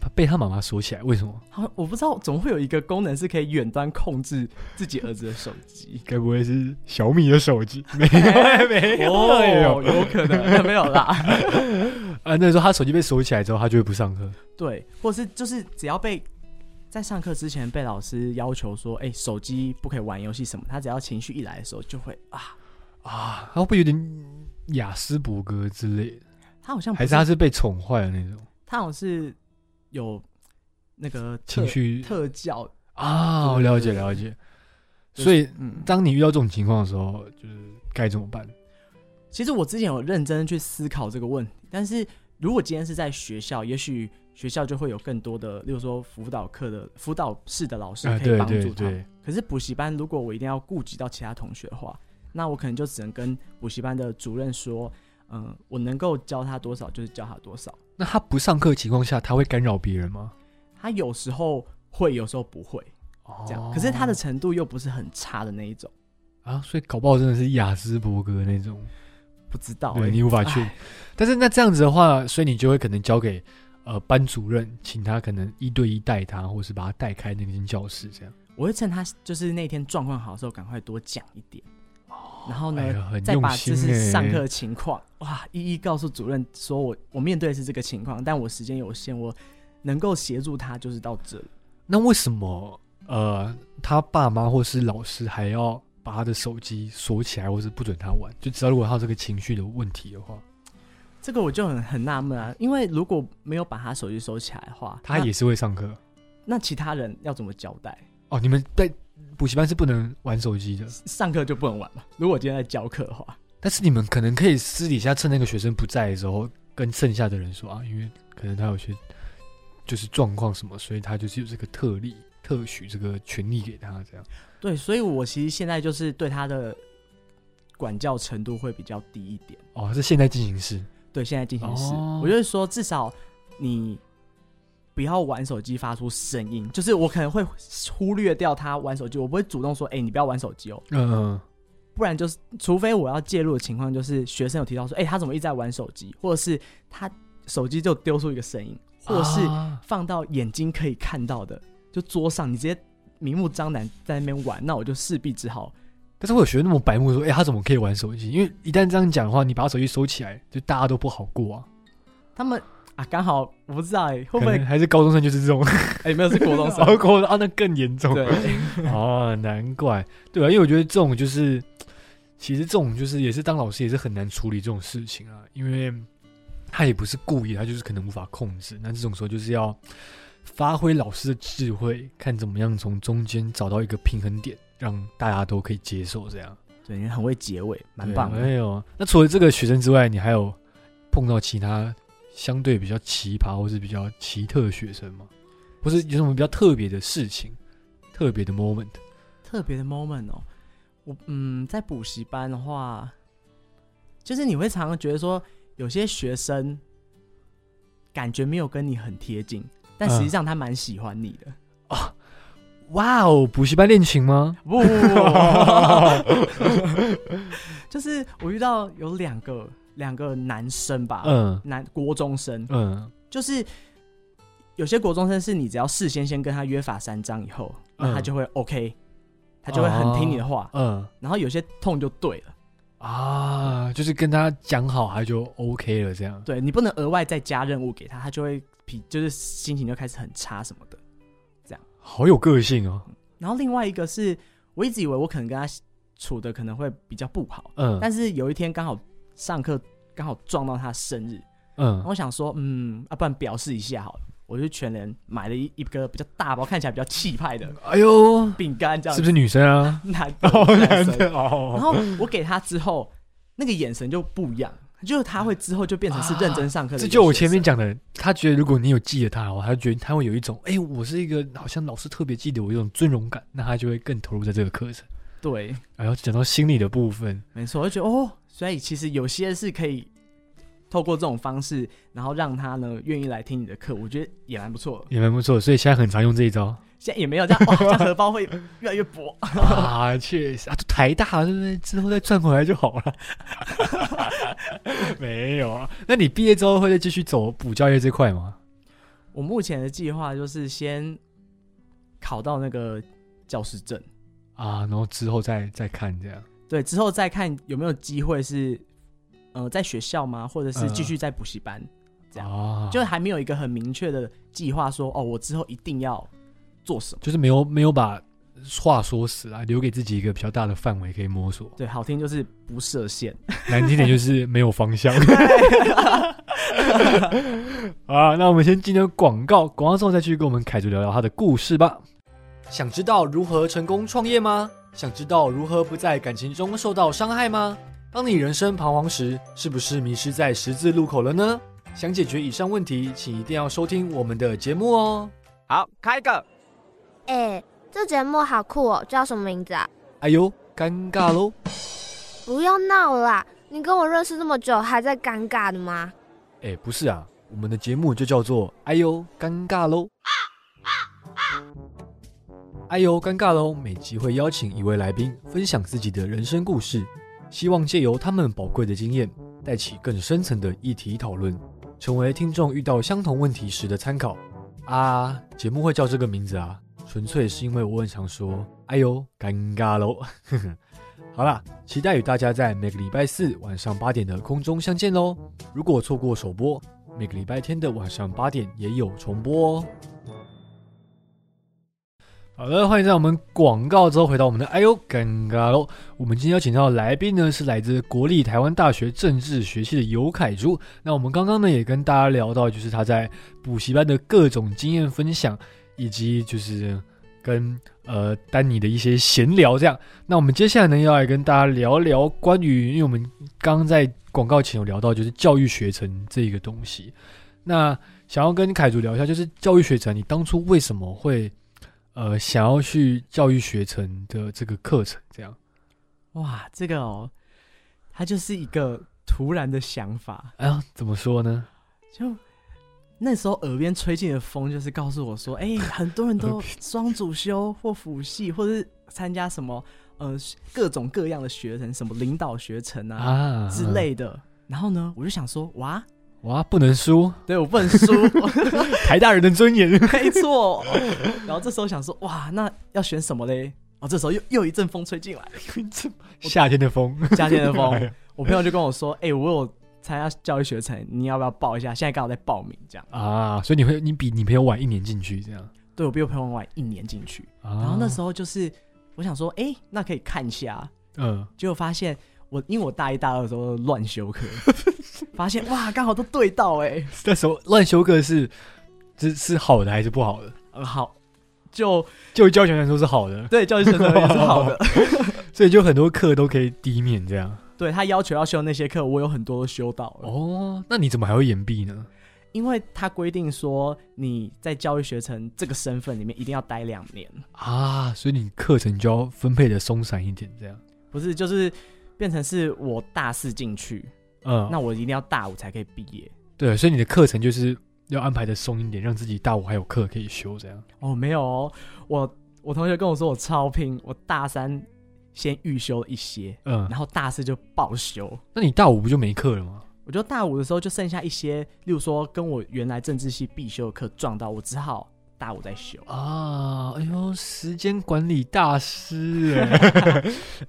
[SPEAKER 2] 他被他妈妈锁起来，为什么？。
[SPEAKER 1] 好，我不知道总会有一个功能是可以远端控制自己儿子的手机
[SPEAKER 2] 该不会是小米的手 机？没有，没有，
[SPEAKER 1] 哦， 有可能没有啦，
[SPEAKER 2] 啊，那时候他手机被锁起来之后，他就会不上课。
[SPEAKER 1] 对，或是就是只要被在上课之前被老师要求说，哎、手机不可以玩游戏什么，他只要情绪一来的时候就会啊，
[SPEAKER 2] 啊，他会不会有点雅斯伯格之类的？
[SPEAKER 1] 他好像不
[SPEAKER 2] 还是他是被宠坏的那种
[SPEAKER 1] 他好像是有那个特
[SPEAKER 2] 情绪
[SPEAKER 1] 特教
[SPEAKER 2] 啊？我
[SPEAKER 1] 对对
[SPEAKER 2] 了解
[SPEAKER 1] 对
[SPEAKER 2] 了解。
[SPEAKER 1] 就是
[SPEAKER 2] 所以，
[SPEAKER 1] 嗯，
[SPEAKER 2] 当你遇到这种情况的时候，就是该怎么办？
[SPEAKER 1] 其实我之前有认真去思考这个问题，但是如果今天是在学校，也许学校就会有更多的，例如说辅导课的辅导室的老师
[SPEAKER 2] 啊，
[SPEAKER 1] 可以
[SPEAKER 2] 对
[SPEAKER 1] 帮
[SPEAKER 2] 对
[SPEAKER 1] 助他。
[SPEAKER 2] 对，
[SPEAKER 1] 可是补习班，如果我一定要顾及到其他同学的话，那我可能就只能跟补习班的主任说，嗯、我能够教他多少就是教他多少。
[SPEAKER 2] 那他不上课的情况下，他会干扰别人吗？
[SPEAKER 1] 他有时候会，有时候不会，这样。可是他的
[SPEAKER 2] 哦
[SPEAKER 1] 程度又不是很差的那一种，
[SPEAKER 2] 啊，所以搞不好真的是雅斯伯格那种。
[SPEAKER 1] 不知道、
[SPEAKER 2] 对
[SPEAKER 1] 欸
[SPEAKER 2] 你无法确定
[SPEAKER 1] 哎。
[SPEAKER 2] 但是那这样子的话，所以你就会可能交给呃班主任，请他可能一对一带他，或是把他带开那间教室这样。
[SPEAKER 1] 我会趁他就是那天状况好的时候，赶快多讲一点，然后呢，
[SPEAKER 2] 哎呀，很
[SPEAKER 1] 再
[SPEAKER 2] 用
[SPEAKER 1] 把
[SPEAKER 2] 心
[SPEAKER 1] 就
[SPEAKER 2] 哎、
[SPEAKER 1] 是上课的情况哇一一告诉主任，说我我面对的是这个情况，但我时间有限，我能够协助他就是到这里。
[SPEAKER 2] 那为什么呃他爸妈或是老师还要把他的手机锁起来，或是不准他玩。就只要如果他有这个情绪的问题的话，
[SPEAKER 1] 这个我就很很纳闷啊，因为如果没有把他手机收起来的话，
[SPEAKER 2] 他也是会上课。
[SPEAKER 1] 那那其他人要怎么交代？
[SPEAKER 2] 哦，你们在补习班是不能玩手机的，
[SPEAKER 1] 上课就不能玩嘛？如果今天在教课的话，
[SPEAKER 2] 但是你们可能可以私底下趁那个学生不在的时候，跟剩下的人说啊，因为可能他有些就是状况什么，所以他就是有这个特例、特许这个权利给他这样。
[SPEAKER 1] 对，所以我其实现在就是对他的管教程度会比较低一点。
[SPEAKER 2] 哦，是现在进行式。
[SPEAKER 1] 对，现在进行式，
[SPEAKER 2] 哦
[SPEAKER 1] 我就是说，至少你不要玩手机发出声音，就是我可能会忽略掉他玩手机，我不会主动说，哎、你不要玩手机哦。
[SPEAKER 2] 嗯、嗯
[SPEAKER 1] 不然就是，除非我要介入的情况，就是学生有提到说，哎、他怎么一直在玩手机，或者是他手机就丢出一个声音，或者是
[SPEAKER 2] 啊
[SPEAKER 1] 放到眼睛可以看到的，就桌上你直接明目张胆在那边玩，那我就势必只好
[SPEAKER 2] 但是我有学生那么白目说，哎、他怎么可以玩手机？因为一旦这样讲的话，你把手机收起来，就大家都不好过啊。
[SPEAKER 1] 他们啊，刚好我不知道哎、会不
[SPEAKER 2] 可
[SPEAKER 1] 会
[SPEAKER 2] 能还是高中生就是这种，
[SPEAKER 1] 哎、没有是国中 生，
[SPEAKER 2] 然后啊，那更严重。
[SPEAKER 1] 对，
[SPEAKER 2] 哦，难怪，对啊，因为我觉得这种就是，其实这种就是也是当老师也是很难处理这种事情啊，因为他也不是故意，他就是可能无法控制。那这种时候就是要发挥老师的智慧，看怎么样从中间找到一个平衡点，让大家都可以接受这样。
[SPEAKER 1] 对，你很会结尾，蛮
[SPEAKER 2] 对
[SPEAKER 1] 棒的。
[SPEAKER 2] 哎呦，那除了这个学生之外，你还有碰到其他相对比较奇葩或是比较奇特的学生吗？或是有什么比较特别的事情、特别的 moment？
[SPEAKER 1] 特别的 moment 哦。我嗯，在补习班的话，就是你会常常觉得说，有些学生感觉没有跟你很贴近，但
[SPEAKER 2] 嗯
[SPEAKER 1] 实际上他蛮喜欢你的。
[SPEAKER 2] 哇哦，补习班恋情吗？
[SPEAKER 1] 不不不不，就是我遇到有两个两个男生吧，
[SPEAKER 2] 嗯
[SPEAKER 1] 男国中生，
[SPEAKER 2] 嗯
[SPEAKER 1] 就是有些国中生是你只要事先先跟他约法三章以后，那他
[SPEAKER 2] 嗯
[SPEAKER 1] 就会 OK，他就会很听你的话，
[SPEAKER 2] 嗯
[SPEAKER 1] 然后有些痛就对了。
[SPEAKER 2] 啊，就是跟他讲好，他就 OK 了这样。
[SPEAKER 1] 对你不能额外再加任务给他，他就会脾就是心情就开始很差什么的。
[SPEAKER 2] 好有个性哦。
[SPEAKER 1] 然后另外一个是我一直以为我可能跟他处的可能会比较不好，
[SPEAKER 2] 嗯
[SPEAKER 1] 但是有一天刚好上课刚好撞到他生日，然后
[SPEAKER 2] 嗯，
[SPEAKER 1] 我想说，嗯，要、不然表示一下好了，我就全人买了一一个比较大包，看起来比较气派的
[SPEAKER 2] 哎呦，
[SPEAKER 1] 饼干，这样
[SPEAKER 2] 是不是女生 啊？
[SPEAKER 1] 是 男的
[SPEAKER 2] 好
[SPEAKER 1] 男
[SPEAKER 2] 难
[SPEAKER 1] 生
[SPEAKER 2] 的
[SPEAKER 1] 然
[SPEAKER 2] 哦。
[SPEAKER 1] 后我给他之后，那个眼神就不一样，就是他会之后就变成是认真上
[SPEAKER 2] 啊
[SPEAKER 1] 课的、
[SPEAKER 2] 这就我前面。讲的，他觉得如果你有记得他的话，他觉得他会有一种，哎、我是一个好像老师特别记得我有一种尊荣感，那他就会更投入在这个课程。
[SPEAKER 1] 对，
[SPEAKER 2] 然后讲到心理的部分，
[SPEAKER 1] 没错，我就觉得哦，所以其实有些是可以透过这种方式，然后让他呢愿意来听你的课，我觉得也蛮不错的。
[SPEAKER 2] 也蛮不错，所以现在很常用这一 招
[SPEAKER 1] 现在也没有这样，哦、这样荷包会越来越薄。
[SPEAKER 2] 啊，确实啊，就台大对不对？之后再赚回来就好了。 没有啊，那你毕业之后会再继续走补教业这块吗？
[SPEAKER 1] 我目前的计划就是先考到那个教师证，
[SPEAKER 2] 啊，然后之后再再看这样。
[SPEAKER 1] 对，之后再看有没有机会是呃在学校吗，或者是继续在补习班，这样
[SPEAKER 2] 啊，
[SPEAKER 1] 就还没有一个很明确的计划说哦，我之后一定要做什么。
[SPEAKER 2] 就是没有没有把话说死啊，留给自己一个比较大的范围可以摸索。
[SPEAKER 1] 对，好听就是不设限。
[SPEAKER 2] 难听点就是没有方向。 啊，那我们先进入广告，广告之后再去跟我们凯主聊聊他的故事吧。想知道如何成功创业吗？想知道如何不在感情中受到伤害吗？当你人生彷徨时，是不是迷失在十字路口了呢？想解决以上问题，请一定要收听我们的节目哦。
[SPEAKER 3] 好，开个。
[SPEAKER 4] 哎，这节目好酷哦，叫什么名字啊？
[SPEAKER 2] 哎呦，尴尬喽！
[SPEAKER 4] 不要闹啦！你跟我认识这么久，还在尴尬的吗？
[SPEAKER 2] 哎，不是啊，我们的节目就叫做“哎呦尴尬喽”。哎呦尴尬喽！每集会邀请一位来宾分享自己的人生故事，希望借由他们宝贵的经验，带起更深层的议题讨论，成为听众遇到相同问题时的参考。啊，节目会叫这个名字啊，纯粹是因为我很常说“哎呦尴尬喽” 好啦，期待与大家在每个礼拜四晚上八点的空中相见喽！如果错过首播，每个礼拜天的晚上八点也有重播哦。好的，欢迎在我们广告之后回到我们的哎呦尴尬喽。我们今天邀请到的来宾呢是来自国立台湾大学政治学系的尤凯珠。那我们刚刚呢也跟大家聊到，就是他在补习班的各种经验分享，以及就是跟呃丹尼的一些闲聊这样。那我们接下来呢要来跟大家聊聊关于，因为我们刚刚在广告前有聊到就是教育学程这个东西。那想要跟凯主聊一下，就是教育学程，你当初为什么会？呃，想要去教育学程的这个课程，这样，
[SPEAKER 1] 哇，这个哦，它就是一个突然的想法，
[SPEAKER 2] 哎呀，怎么说呢？
[SPEAKER 1] 就那时候耳边吹进的风，就是告诉我说，哎、很多人都双主修或辅系，或者是参加什么呃各种各样的学程，什么领导学程啊
[SPEAKER 2] 啊
[SPEAKER 1] 之，类的。然后呢，我就想说，哇，
[SPEAKER 2] 哇，不能输，
[SPEAKER 1] 对我不能输，
[SPEAKER 2] 台大人的尊严。
[SPEAKER 1] 没错。哦然后这时候想说，哇，那要选什么嘞？哦，这时候又又一阵风吹进来，
[SPEAKER 2] 夏天的风，
[SPEAKER 1] 夏天的风。我朋友就跟我说，哎、我有参加教育学程，你要不要报一下？现在刚好在报名，这样。
[SPEAKER 2] 啊，所以你会，你比你朋友晚一年进去，这样。
[SPEAKER 1] 对我比我朋友晚一年进去。
[SPEAKER 2] 啊
[SPEAKER 1] 然后那时候就是我想说，哎、那可以看一下，
[SPEAKER 2] 候，嗯，
[SPEAKER 1] 结果发现我因为我大一大二的时候乱修课，发现哇，刚好都对到哎、欸
[SPEAKER 2] 那时候乱修课是，这是好的还是不好的？
[SPEAKER 1] 呃好，就
[SPEAKER 2] 就教学来说是好的，
[SPEAKER 1] 对教育选择也是好的，
[SPEAKER 2] 所以就很多课都可以低免这样。
[SPEAKER 1] 对他要求要修那些课，我有很多都修到了，
[SPEAKER 2] 哦，那你怎么还会延毕呢？
[SPEAKER 1] 因为他规定说你在教育学程这个身份里面一定要待两年，
[SPEAKER 2] 啊，所以你课程就要分配的松散一点，这样。
[SPEAKER 1] 不是就是变成是我大四进去，
[SPEAKER 2] 嗯，
[SPEAKER 1] 那我一定要大五才可以毕业。
[SPEAKER 2] 对，所以你的课程就是要安排的松一点，让自己大五还有课可以修，这样。
[SPEAKER 1] 哦，没有哦，我我同学跟我说我超拼，我大三先预修了一些，
[SPEAKER 2] 嗯，
[SPEAKER 1] 然后大四就报修。
[SPEAKER 2] 那你大五不就没课了吗？
[SPEAKER 1] 我觉得大五的时候就剩下一些，例如说跟我原来政治系必修的课撞到，我只好大五再修。
[SPEAKER 2] 啊，哎呦，时间管理大师哎！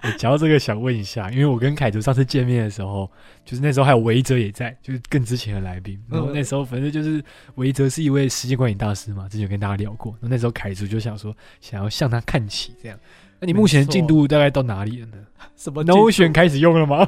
[SPEAKER 2] 哎讲到这个，想问一下，因为我跟凯哲上次见面的时候，就是那时候还有维哲也在，就是更之前的来宾。然后那时候反正就是维哲是一位时间管理大师嘛，之前有跟大家聊过。然后那时候凯哲就想说，想要向他看齐，这样。那你目前的进度大概到哪里了呢
[SPEAKER 1] 什么
[SPEAKER 2] ？No 选开始用了吗？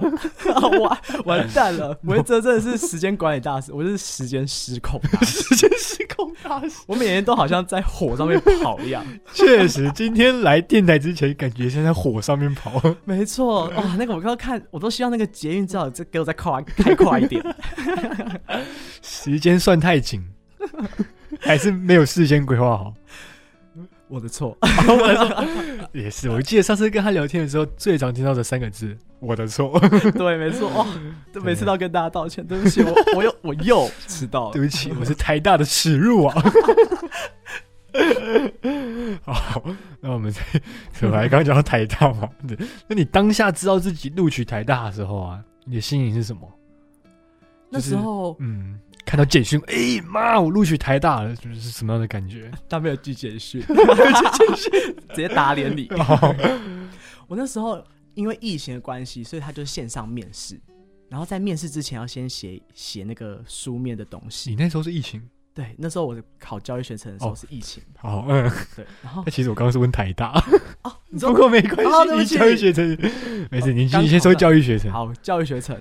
[SPEAKER 1] 完 完蛋了！我这真的是时间管理大师，我就是时间失控大 师。
[SPEAKER 2] 时间失控大师。
[SPEAKER 1] 我每天都好像在火上面跑一样。
[SPEAKER 2] 确实，今天来电台之前，感觉像在火上面跑。
[SPEAKER 1] 没错，哇，那个我刚刚看，我都希望那个捷运至少再给我再快开快一点。
[SPEAKER 2] 时间算太紧，还是没有事先规划好。
[SPEAKER 1] 我的错，
[SPEAKER 2] 也是，我记得上次跟他聊天的时候，最常听到的三个字“我的错
[SPEAKER 1] 对，没错，哦，对每次都要跟大家道歉，对不起，我我又我又迟到”，
[SPEAKER 2] 对
[SPEAKER 1] 了。
[SPEAKER 2] 不起，我是台大的耻辱啊。 好，那我们再扯回来，刚刚讲到台大嘛，对那你当下知道自己录取台大的时候啊，你的心情是什么？
[SPEAKER 1] 那时候
[SPEAKER 2] 嗯，看到简讯，哎、妈，我录取台大了，就是什么样的感觉？
[SPEAKER 1] 他没有拒简讯，直接打脸 你。我那时候因为疫情的关系，所以他就线上面试，然后在面试之前要先写写那个书面的东
[SPEAKER 2] 你
[SPEAKER 1] 西。
[SPEAKER 2] 那时候是疫情，
[SPEAKER 1] 对，那时候我考教育学程的时候
[SPEAKER 2] 哦
[SPEAKER 1] 是疫情，
[SPEAKER 2] 好，嗯，
[SPEAKER 1] 对，然后
[SPEAKER 2] 那其实我刚刚是问台大，
[SPEAKER 1] 哦，你
[SPEAKER 2] 不
[SPEAKER 1] 说
[SPEAKER 2] 过没关
[SPEAKER 1] 哦对
[SPEAKER 2] 系，
[SPEAKER 1] 不
[SPEAKER 2] 你教
[SPEAKER 1] 起
[SPEAKER 2] 育学生，没事，你
[SPEAKER 1] 刚
[SPEAKER 2] 你先说
[SPEAKER 1] 考到
[SPEAKER 2] 教育学生，
[SPEAKER 1] 好教育学程，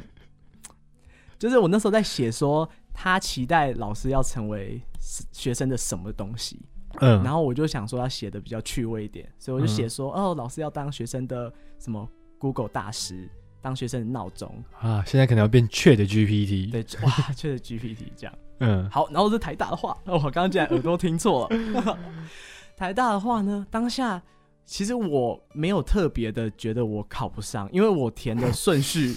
[SPEAKER 1] 就是我那时候在写说他期待老师要成为学生的什么东西，
[SPEAKER 2] 嗯，
[SPEAKER 1] 然后我就想说要写的比较趣味一点，所以我就写说、哦，老师要当学生的什么 Google 大师，当学生的闹钟，
[SPEAKER 2] 啊，现在可能要变 Chat GPT，
[SPEAKER 1] 对，就哇，确实 GPT 这样。
[SPEAKER 2] 嗯，
[SPEAKER 1] 好，然后是台大的话，哦我刚刚竟然耳朵听错了。 台大的话呢，当下其实我没有特别的觉得我考不上，因为我填的顺序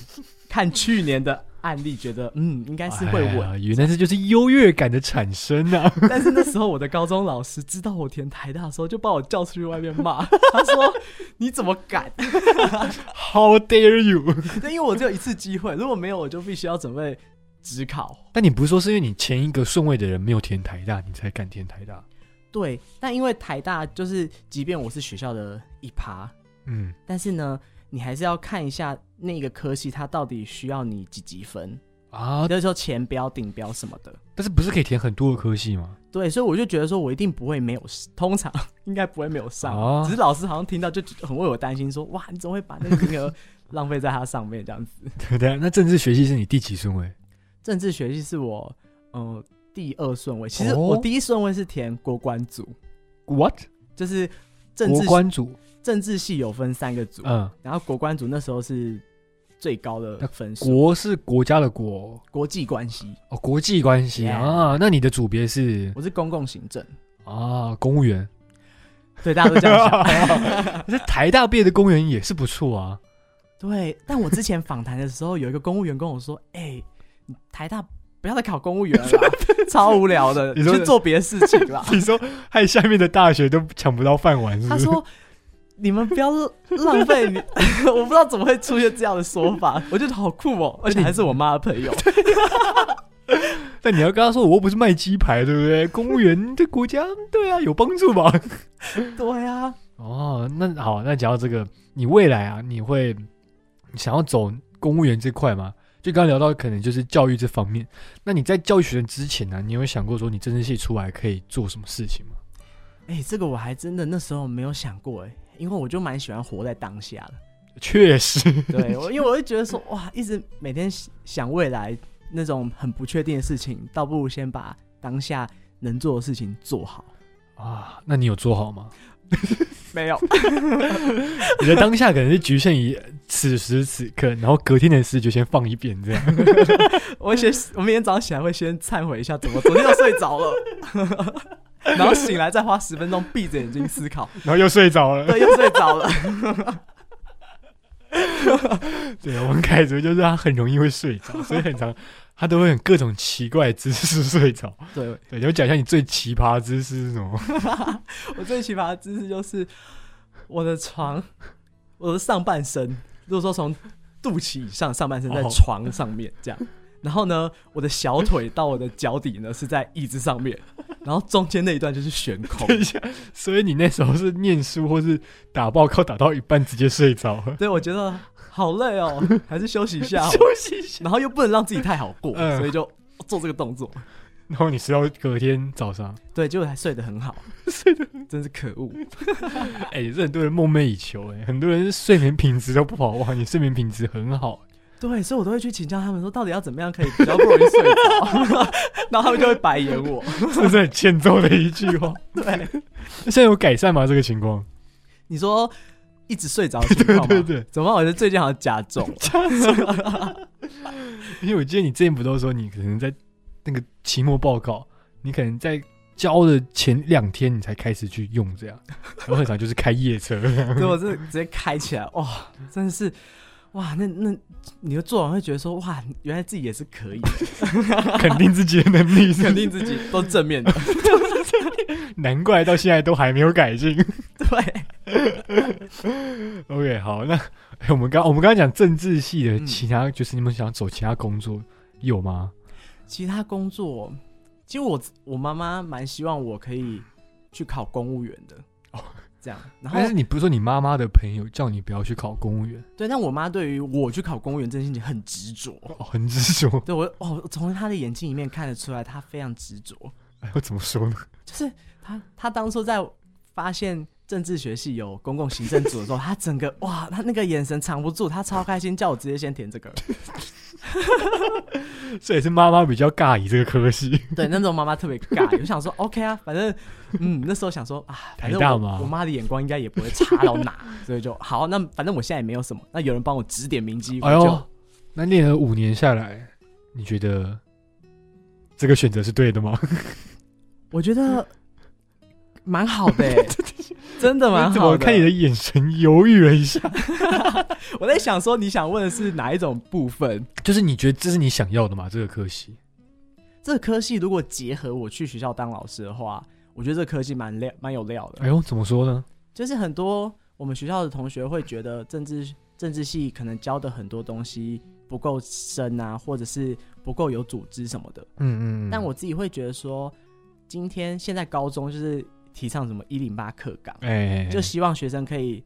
[SPEAKER 1] 看去年的案例，觉得嗯应该是会
[SPEAKER 2] 哎
[SPEAKER 1] 稳。
[SPEAKER 2] 呀原来这就是优越感的产生啊，
[SPEAKER 1] 但是那时候我的高中老师知道我填台大的时候，就把我叫出去外面骂， 他说你怎么敢？
[SPEAKER 2] ，How dare you！
[SPEAKER 1] 对，因为我只有一次机会，如果没有我就必须要准备职考。
[SPEAKER 2] 但你不是说是因为你前一个顺位的人没有填台大，你才敢填台大？
[SPEAKER 1] 对，但因为台大就是，即便我是学校的一趴，
[SPEAKER 2] 嗯，
[SPEAKER 1] 但是呢，你还是要看一下那个科系它到底需要你几级分，
[SPEAKER 2] 啊，
[SPEAKER 1] 比如说前标、顶标什么的。
[SPEAKER 2] 但是不是可以填很多的科系吗？
[SPEAKER 1] 对，所以我就觉得说，我一定不会没有，通常 应该不会没有上，
[SPEAKER 2] 哦
[SPEAKER 1] 只是老师好像听到就很为我担心说哇，你怎么会把那个名额浪费在他上面这样子？
[SPEAKER 2] 对对啊，那政治学系是你第几顺位？
[SPEAKER 1] 政治学系是我呃第二顺位，其实
[SPEAKER 2] 哦
[SPEAKER 1] 我第一顺位是填国关组，
[SPEAKER 2] What？
[SPEAKER 1] 就是政
[SPEAKER 2] 国
[SPEAKER 1] 治
[SPEAKER 2] 关组，
[SPEAKER 1] 政治系有分三个组，
[SPEAKER 2] 嗯，
[SPEAKER 1] 然后国关组那时候是最高的分数，
[SPEAKER 2] 国是国家的国，
[SPEAKER 1] 国际关系，
[SPEAKER 2] 哦，国际关系
[SPEAKER 1] Yeah
[SPEAKER 2] 啊。那你的组别是
[SPEAKER 1] 我是公共行政，
[SPEAKER 2] 啊，公务员。
[SPEAKER 1] 对，大家都这样 想。
[SPEAKER 2] 那台大毕业的公务员也是不错啊。
[SPEAKER 1] 对，但我之前访谈的时候，有一个公务员跟我说：“哎、你台大不要再考公务员了啦， 超无聊的，
[SPEAKER 2] 你
[SPEAKER 1] 你
[SPEAKER 2] 说
[SPEAKER 1] 去做别的事情 啦。
[SPEAKER 2] 你说害下面的大学都抢不到饭碗，”是
[SPEAKER 1] 他
[SPEAKER 2] 不是？
[SPEAKER 1] 说：“你们不要浪费你， 我不知道怎么会出现这样的说 法，我觉得好酷哦，而且还是我妈的朋友。
[SPEAKER 2] 但你要跟他说，我又不是卖鸡排，对不对？公务员对国家，对啊，有帮助吧？
[SPEAKER 1] 对啊，
[SPEAKER 2] 哦，那好，那讲到这个，你未来啊，你会想要走公务员这块吗？就刚刚聊到，可能就是教育这方面。那你在教育学院之前呢、啊你有想过说你政治系出来可以做什么事情吗？
[SPEAKER 1] 哎、这个我还真的那时候没有想过哎、因为我就蛮喜欢活在当下的。
[SPEAKER 2] 确 实，
[SPEAKER 1] 对，我因为我会觉得说，哇，一直每天想未来那种很不确定的事情，倒不如先把当下能做的事情做好。
[SPEAKER 2] 啊，那你有做好 吗？
[SPEAKER 1] 没有，
[SPEAKER 2] 你的当下可能是局限于此时此刻，然后隔天的事就先放一边这样。
[SPEAKER 1] 我先，我明天早上起来会先忏悔一下，怎么昨天又睡着了， 然后醒来再花十分钟闭着眼睛思考，
[SPEAKER 2] 然后又睡着了。
[SPEAKER 1] 对，又睡着了。
[SPEAKER 2] 对，王凯哲就是他很容易会睡着，所以很常他都会很各种奇怪的姿势睡着。
[SPEAKER 1] 对
[SPEAKER 2] 对，你要讲一下你最奇葩的姿势是什么？
[SPEAKER 1] 我最奇葩的姿势就是我的床，我的上半身，如果说从肚脐以上，上半身在
[SPEAKER 2] 哦
[SPEAKER 1] 床上面这样。然后呢，我的小腿到我的脚底呢是在椅子上面，然后中间那一段 就是悬空。
[SPEAKER 2] 等一下，所以你那时候是念书或是打报告打到一半直接睡着了，
[SPEAKER 1] 对，我觉得好累哦，还是休息一下好了。哦
[SPEAKER 2] 休息一下，
[SPEAKER 1] 然后又不能让自己太好过，
[SPEAKER 2] 嗯
[SPEAKER 1] 所以就做这个动作。
[SPEAKER 2] 然后你睡到隔天早上。
[SPEAKER 1] 对，结果还睡得很嗯好， 睡得真是可恶。
[SPEAKER 2] 哎、这很多人梦寐以求哎、很多人睡眠品质都不好哇，你睡眠品质很好，
[SPEAKER 1] 对，所以我都会去请教他们说，到底要怎么样可以比较不容易睡着， 然后他们就会白眼我。
[SPEAKER 2] 这是很欠揍的一句话。
[SPEAKER 1] 对，
[SPEAKER 2] 现在有改善吗？这个情况？
[SPEAKER 1] 你说一直睡着的情况 吗？
[SPEAKER 2] 对对对
[SPEAKER 1] 怎么办？我觉得最近好像 加重了。
[SPEAKER 2] 因为我记得你之前不都说你可能在那个期末报告，你可能在交的前两天你才开始去用这样，我很常就是开夜车。
[SPEAKER 1] 对，我是直接开起来，哇、真的是，哇，那那你就做完会觉得说，哇，原来自己也是可以的，
[SPEAKER 2] 肯定自己的能力是不是，
[SPEAKER 1] 肯定自己都正面的。
[SPEAKER 2] 难怪到现在都还没有改进。
[SPEAKER 1] 对，
[SPEAKER 2] OK，好，那、哎我们刚我们刚刚讲政治系的
[SPEAKER 1] 嗯
[SPEAKER 2] 其他，就是你们想走其他工作有吗？
[SPEAKER 1] 其他工作，其实我我妈妈蛮希望我可以去考公务员的，
[SPEAKER 2] 哦
[SPEAKER 1] 这样。然后
[SPEAKER 2] 但是你不是说你妈妈的朋友叫你不要去考公务员，
[SPEAKER 1] 对，但我妈对于我去考公务员这件事情很执着。
[SPEAKER 2] 哦、很执着，
[SPEAKER 1] 对我，哦，从她的眼睛里面看得出来，她非常执着。
[SPEAKER 2] 哎，我怎么说呢？
[SPEAKER 1] 就是他他当初在发现政治学系有公共行政组 的时候，他整个哇，他那个眼神藏不住，他超开心，叫我直接先填这个。
[SPEAKER 2] 这也是妈妈比较尬以这个科系，
[SPEAKER 1] 对，那种妈妈特别尬，我想说 OK 啊，反正嗯，那时候想说啊，反正
[SPEAKER 2] 台大嘛
[SPEAKER 1] 我我妈的眼光应该也不会差到哪，所以就好，那反正我现在也没有什么，那有人帮我指点迷津，
[SPEAKER 2] 哎
[SPEAKER 1] 我就
[SPEAKER 2] 呦，那练了五年下来，你觉得这个选择是对的吗？
[SPEAKER 1] 我觉得蛮好 的、欸，真的蛮
[SPEAKER 2] 你哎怎
[SPEAKER 1] 好
[SPEAKER 2] 么看你的
[SPEAKER 1] 的。
[SPEAKER 2] 眼神犹豫了一下？
[SPEAKER 1] 我在想说，你想问的是哪一种部分？
[SPEAKER 2] 就是你觉得这是你想要的吗？这个科系？
[SPEAKER 1] 这科系如果结合我去学校当老师的话，我觉得这科系蛮料蛮有料的。
[SPEAKER 2] 哎呦，怎么说呢？
[SPEAKER 1] 就是很多我们学校的同学会觉得政治政治系可能教的很多东西不够深啊，或者是不够有组织什么的。
[SPEAKER 2] 嗯嗯嗯
[SPEAKER 1] 但我自己会觉得说，今天现在高中就是提倡什么一零八课纲，
[SPEAKER 2] 哎，
[SPEAKER 1] 就希望学生可以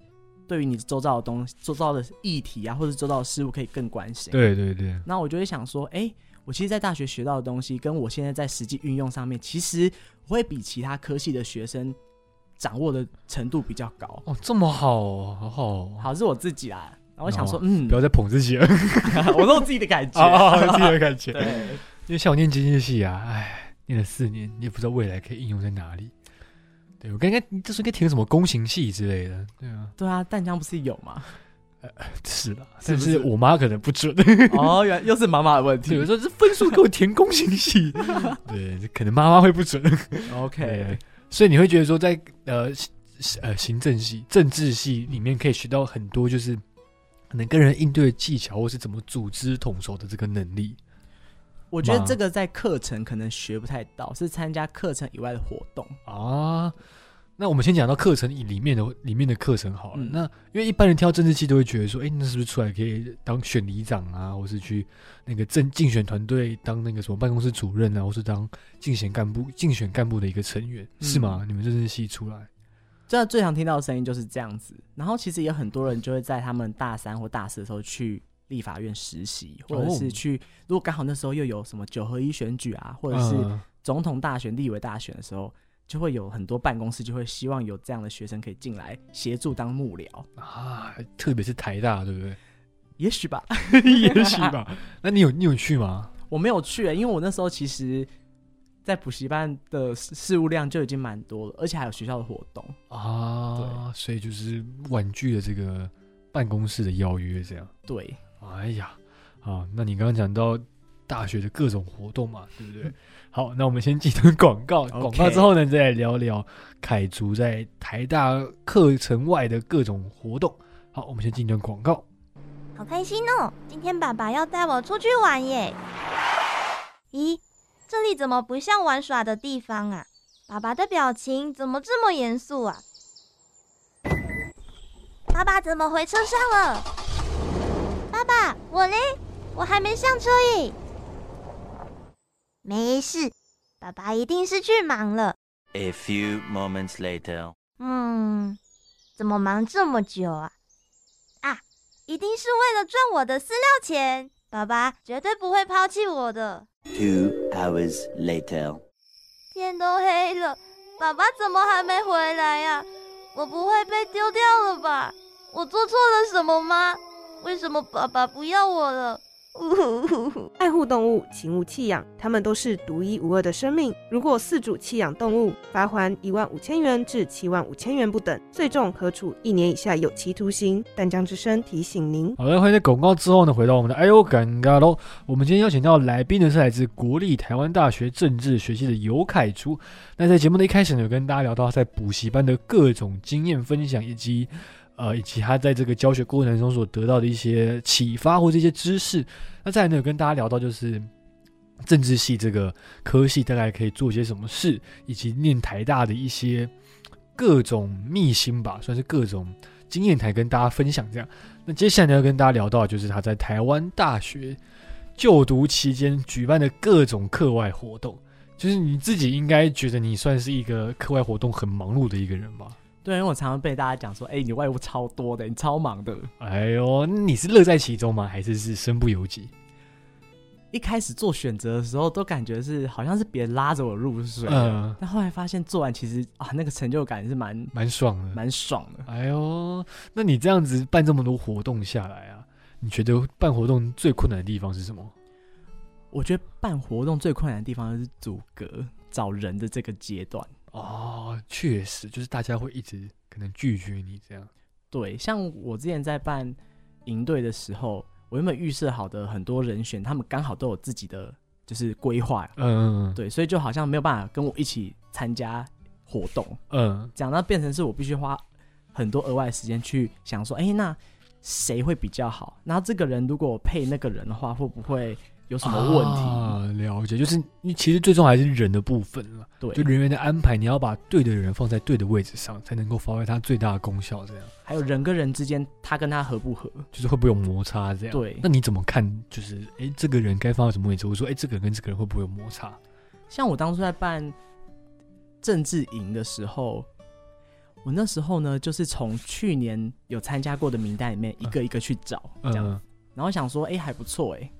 [SPEAKER 1] 对于你周遭的东西、周遭的议题啊，或者周遭的事物可以更关心。
[SPEAKER 2] 对对对，
[SPEAKER 1] 那我就会想说，哎、我其实，在大学学到的东西，跟我现在在实际运用上面，其实我会比其他科系的学生掌握的程度比较高。
[SPEAKER 2] 哦，这么好哦，好好哦，
[SPEAKER 1] 好，是我自己啦。然后我想说
[SPEAKER 2] 哦，
[SPEAKER 1] 嗯
[SPEAKER 2] 不，要再捧自己了，
[SPEAKER 1] 我说我自己的感 觉。
[SPEAKER 2] 啊，自己的 感觉。
[SPEAKER 1] 对，
[SPEAKER 2] 因为像我念经济系啊，哎，念了四年，你也不知道未来可以应用在哪里。对我刚应该就是应该填什么工行系之类的，对啊，
[SPEAKER 1] 对啊，淡江不是有吗？
[SPEAKER 2] 是啦，
[SPEAKER 1] 是
[SPEAKER 2] 但
[SPEAKER 1] 不
[SPEAKER 2] 是
[SPEAKER 1] 是
[SPEAKER 2] 我妈可能不 准，
[SPEAKER 1] 哦，原又是妈妈的问
[SPEAKER 2] 对，
[SPEAKER 1] 题
[SPEAKER 2] 我。说这分数给我填工行系， 对，可能妈妈会不准。对
[SPEAKER 1] OK，，
[SPEAKER 2] 所以你会觉得说在，呃行呃行政系、政治系里面可以学到很多，就是可能跟人应对的技巧，或是怎么组织统筹的这个能力。
[SPEAKER 1] 我觉得
[SPEAKER 2] 妈
[SPEAKER 1] 这个在课程可能学不太到，是参加课程以外的活动。
[SPEAKER 2] 啊。那我们先讲到课程里面的里面的课程好了。
[SPEAKER 1] 嗯
[SPEAKER 2] 那因为一般人挑政治系都会觉得说，哎、那是不是出来可以当选里长啊，或是去那个政竞选团队当那个什么办公室主任啊，或是当竞选干部 竞选干部的一个成员、是吗？你们政治系出来
[SPEAKER 1] 真的最常听到的声音就是这样子。然后其实也很多人就会在他们大三或大四的时候去立法院实习，或者是去，如果刚好那时候又有什么九合一选举啊，或者是
[SPEAKER 2] 嗯
[SPEAKER 1] 总统大选、立委大选的时候，就会有很多办公室就会希望有这样的学生可以进来协助当幕僚，
[SPEAKER 2] 啊，特别是台大，对不对？
[SPEAKER 1] 也许吧。
[SPEAKER 2] 也许吧。 那你有你有去吗？
[SPEAKER 1] 我没有去、欸因为我那时候其实。在补习班的事事务量就已经蛮多了，而且还有学校的活动。
[SPEAKER 2] 啊，所以就是婉拒了这个办公室的邀约，这样。
[SPEAKER 1] 对，
[SPEAKER 2] 哎呀，啊，那你刚刚讲到大学的各种活动嘛，对不对？好，那我们先进段广告，
[SPEAKER 1] OK
[SPEAKER 2] 广告之后呢，再来聊聊凯族在台大课程外的各种活动。好，我们先进段广告。
[SPEAKER 3] 好开心哦！今天爸爸要带我出去玩耶。咦，这里怎么不像玩耍的地方啊？爸爸的表情怎么这么严肃啊？爸爸怎么回车上了？爸爸，我嘞，我还没上车耶。没事，爸爸一定是去忙了。
[SPEAKER 5] A few moments later.
[SPEAKER 3] 嗯，怎么忙这么久啊？啊，一定是为了赚我的饲料钱，爸爸绝对不会抛弃我的。
[SPEAKER 5] Two hours later.
[SPEAKER 3] 天都黑了，爸爸怎么还没回来呀、我不会被丢掉了吧？我做错了什么吗？为什么爸爸不要我了？ 呜呼呼呼！
[SPEAKER 6] 爱护动物，请勿弃养，它们都是独一无二的生命。如果饲主弃养动物，罚款一万五千元至七万五千元不等，最重可处一年以下有期徒刑。淡江之声提醒您。
[SPEAKER 2] 好的，欢迎在广告之后呢，回到我们的哎呦尴尬喽。我们今天邀请到的来宾呢是来自国立台湾大学政治学系的尤凯珠。那在节目的一开始呢，有跟大家聊到他在补习班的各种经验分享，以及呃，以及他在这个教学过程中所得到的一些启发或这些知识。那再来呢，有跟大家聊到就是。政治系这个科系大概可以做些什么事，以及念台大的一些各种秘辛吧，算是各种经验台跟大家分享这样。那接下来呢要跟大家聊到，就是他在台湾大学就读期间举办的各种课外活动。就是你自己应该觉得你算是一个课外活动很忙碌的一个人吧？
[SPEAKER 1] 对，因为我常常被大家讲说，哎、你外务超多的，你超忙的。
[SPEAKER 2] 哎呦，你是乐在其中吗？还是是身不由己？
[SPEAKER 1] 一开始做选择的时候，都感觉是好像是别人拉着我入水，
[SPEAKER 2] 嗯，
[SPEAKER 1] 但后来发现做完其实啊，那个成就感是蛮
[SPEAKER 2] 蛮爽的。
[SPEAKER 1] 蛮爽的。
[SPEAKER 2] 哎呦，那你这样子办这么多活动下来啊，你觉得办活动最困难的地方是什么？
[SPEAKER 1] 我觉得办活动最困难的地方就是阻隔找人的这个阶段。
[SPEAKER 2] 哦，确实，就是大家会一直可能拒绝你这样。
[SPEAKER 1] 对，像我之前在办营队的时候，我原本预设好的很多人选，他们刚好都有自己的就是规划，
[SPEAKER 2] 嗯嗯
[SPEAKER 1] 对，所以就好像没有办法跟我一起参加活动。
[SPEAKER 2] 嗯
[SPEAKER 1] 讲到变成是我必须花很多额外的时间去想说，哎、那谁会比较好？然后这个人如果配那个人的话，会不会有什么问题？
[SPEAKER 2] 啊？了解，就是你其实最终还是人的部分了，就
[SPEAKER 1] 对，
[SPEAKER 2] 人员的安排，你要把对的人放在对的位置上，才能够发挥它最大的功效。这样
[SPEAKER 1] 还有人跟人之间，他跟他合不合？
[SPEAKER 2] 就是会不会有摩擦？这样
[SPEAKER 1] 对
[SPEAKER 2] 那你怎么看？就是哎、诶这个人该放在什么位置？我说哎、诶这个人跟这个人会不会有摩擦？
[SPEAKER 1] 像我当初在办政治营的时候，我那时候呢，就是从去年有参加过的名单里面一个一个去找，这样，
[SPEAKER 2] 嗯，
[SPEAKER 1] 然后想说，哎、还不错，哎，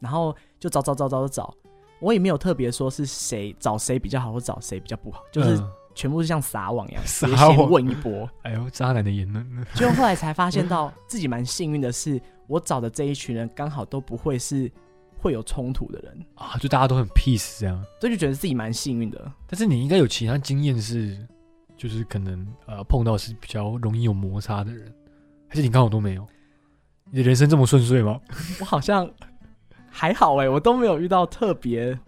[SPEAKER 1] 然后就找找找找找，我也没有特别说是谁找谁比较好或找谁比较不好，就是
[SPEAKER 2] 嗯
[SPEAKER 1] 全部是像撒网一样，
[SPEAKER 2] 撒
[SPEAKER 1] 直接先
[SPEAKER 2] 网嗯
[SPEAKER 1] 问一 波。
[SPEAKER 2] 哎呦，渣男的言 论，
[SPEAKER 1] 就后来才发现到自己蛮幸运的是，我找的这一群人刚好都不会是会有冲突的人，
[SPEAKER 2] 啊，就大家都很 peace 这样。
[SPEAKER 1] 所以就觉得自己蛮幸运的。
[SPEAKER 2] 但是你应该有其他经验是，就是可能呃碰到是比较容易有摩擦的人，还是你刚好都没有？你的人生这么顺遂吗？
[SPEAKER 1] 我好像还好哎、我都没有遇到特别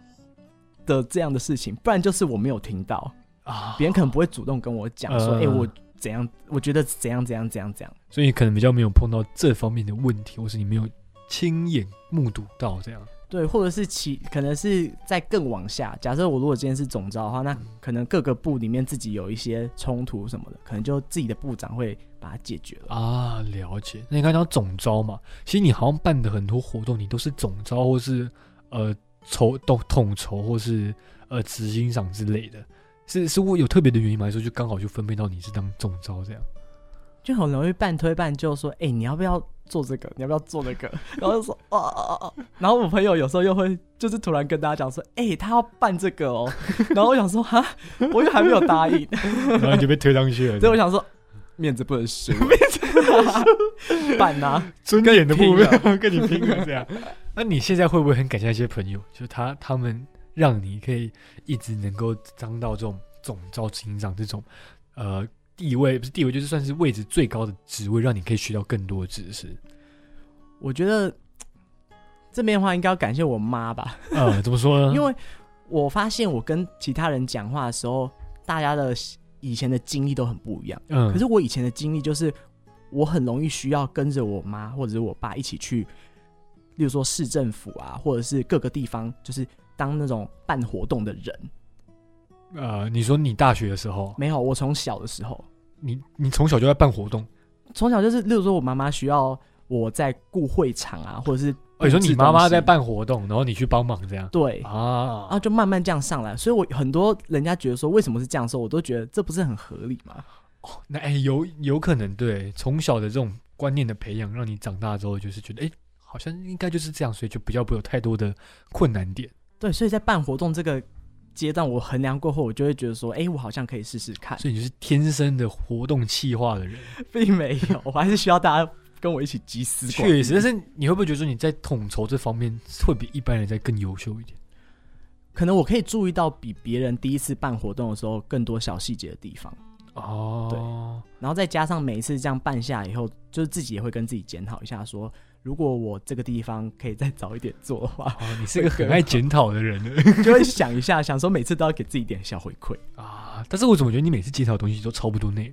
[SPEAKER 1] 的这样的事情，不然就是我没有听到，
[SPEAKER 2] 啊，
[SPEAKER 1] 别人可能不会主动跟我讲说，
[SPEAKER 2] 呃
[SPEAKER 1] 哎、我怎样，我觉得怎样怎样怎样怎样。
[SPEAKER 2] 所以你可能比较没有碰到这方面的问题，或是你没有亲眼目睹到这样。
[SPEAKER 1] 对，或者是其可能是在更往下。假设我如果今天是总招的话，那可能各个部里面自己有一些冲突什么的，可能就自己的部长会把它解决了。
[SPEAKER 2] 啊，了解。那你刚刚讲总招嘛，其实你好像办的很多活动，你都是总招或是呃筹统统筹或是呃执行长之类的，是是我有特别的原因吗？还是说就刚好就分配到你是当总招 这样？
[SPEAKER 1] 就很容易半推半就说，哎、你要不要做这个？你要不要做那个？ 然后就说，哦哦哦哦。然后我朋友有时候又会，就是突然跟大家讲说，哎、他要办这个哦。然后我想说，哈，我又还没有答应，
[SPEAKER 2] 然后你就被推上去了，
[SPEAKER 1] 所以我想说，面子不能输，面子不能输，办啊。
[SPEAKER 2] 尊严的部
[SPEAKER 1] 跟你
[SPEAKER 2] 分 跟你拼了 这样。那你现在会不会很感谢那些朋友？就是他他们让你可以一直能够当到这种总招执行长这种呃地位，不是地位，就是算是位置最高的职位，让你可以学到更多的知 识。
[SPEAKER 1] 我觉得这边的话，应该要感谢我妈吧。
[SPEAKER 2] 呃，怎么说呢？
[SPEAKER 1] 因为我发现我跟其他人讲话的时候，大家的以前的经历都很不一样。
[SPEAKER 2] 嗯，
[SPEAKER 1] 可是我以前的经历就是，我很容易需要跟着我妈或者是我爸一起去，例如说市政府啊，或者是各个地方，就是当那种办活动的人。
[SPEAKER 2] 呃，你说你大学的时候，
[SPEAKER 1] 没有，我从小的时候，
[SPEAKER 2] 你你从小就在办活动，
[SPEAKER 1] 从小就是，例如说我妈妈需要我在顾会场啊，或者是
[SPEAKER 2] 哦，你说你
[SPEAKER 1] 布置
[SPEAKER 2] 妈妈在
[SPEAKER 1] 东西
[SPEAKER 2] 办活动，然后你去帮忙这样
[SPEAKER 1] 对。然后
[SPEAKER 2] 啊？
[SPEAKER 1] 就慢慢这样上来，所以我很多人家觉得说为什么是这样说，我都觉得这不是很合理吗？
[SPEAKER 2] 那哎，有有可能对，从小的这种观念的培养，让你长大之后就是觉得，哎，好像应该就是这样，所以就比较不会有太多的困难点。
[SPEAKER 1] 对，所以在办活动这个阶段，我衡量过后，我就会觉得说，哎、我好像可以试试看，
[SPEAKER 2] 所以你就是天生的活动气化的人，
[SPEAKER 1] 并没有， 我还是需要大家跟我一起集思广益
[SPEAKER 2] 确实。但是你会不会觉得说你在统筹这方面会比一般人在更优秀一点？
[SPEAKER 1] 可能我可以注意到比别人第一次办活动的时候更多小细节的地方，
[SPEAKER 2] 哦，
[SPEAKER 1] 然后再加上每一次这样办下来以后，就是自己也会跟自己检讨一下说。如果我这个地方可以再早一点做的话，
[SPEAKER 2] 哦，你是个很爱检讨的人呢。
[SPEAKER 1] 就会想一下，想说每次都要给自己一点小回馈。
[SPEAKER 2] 啊！但是我怎么觉得你每次介绍的东西都差不多内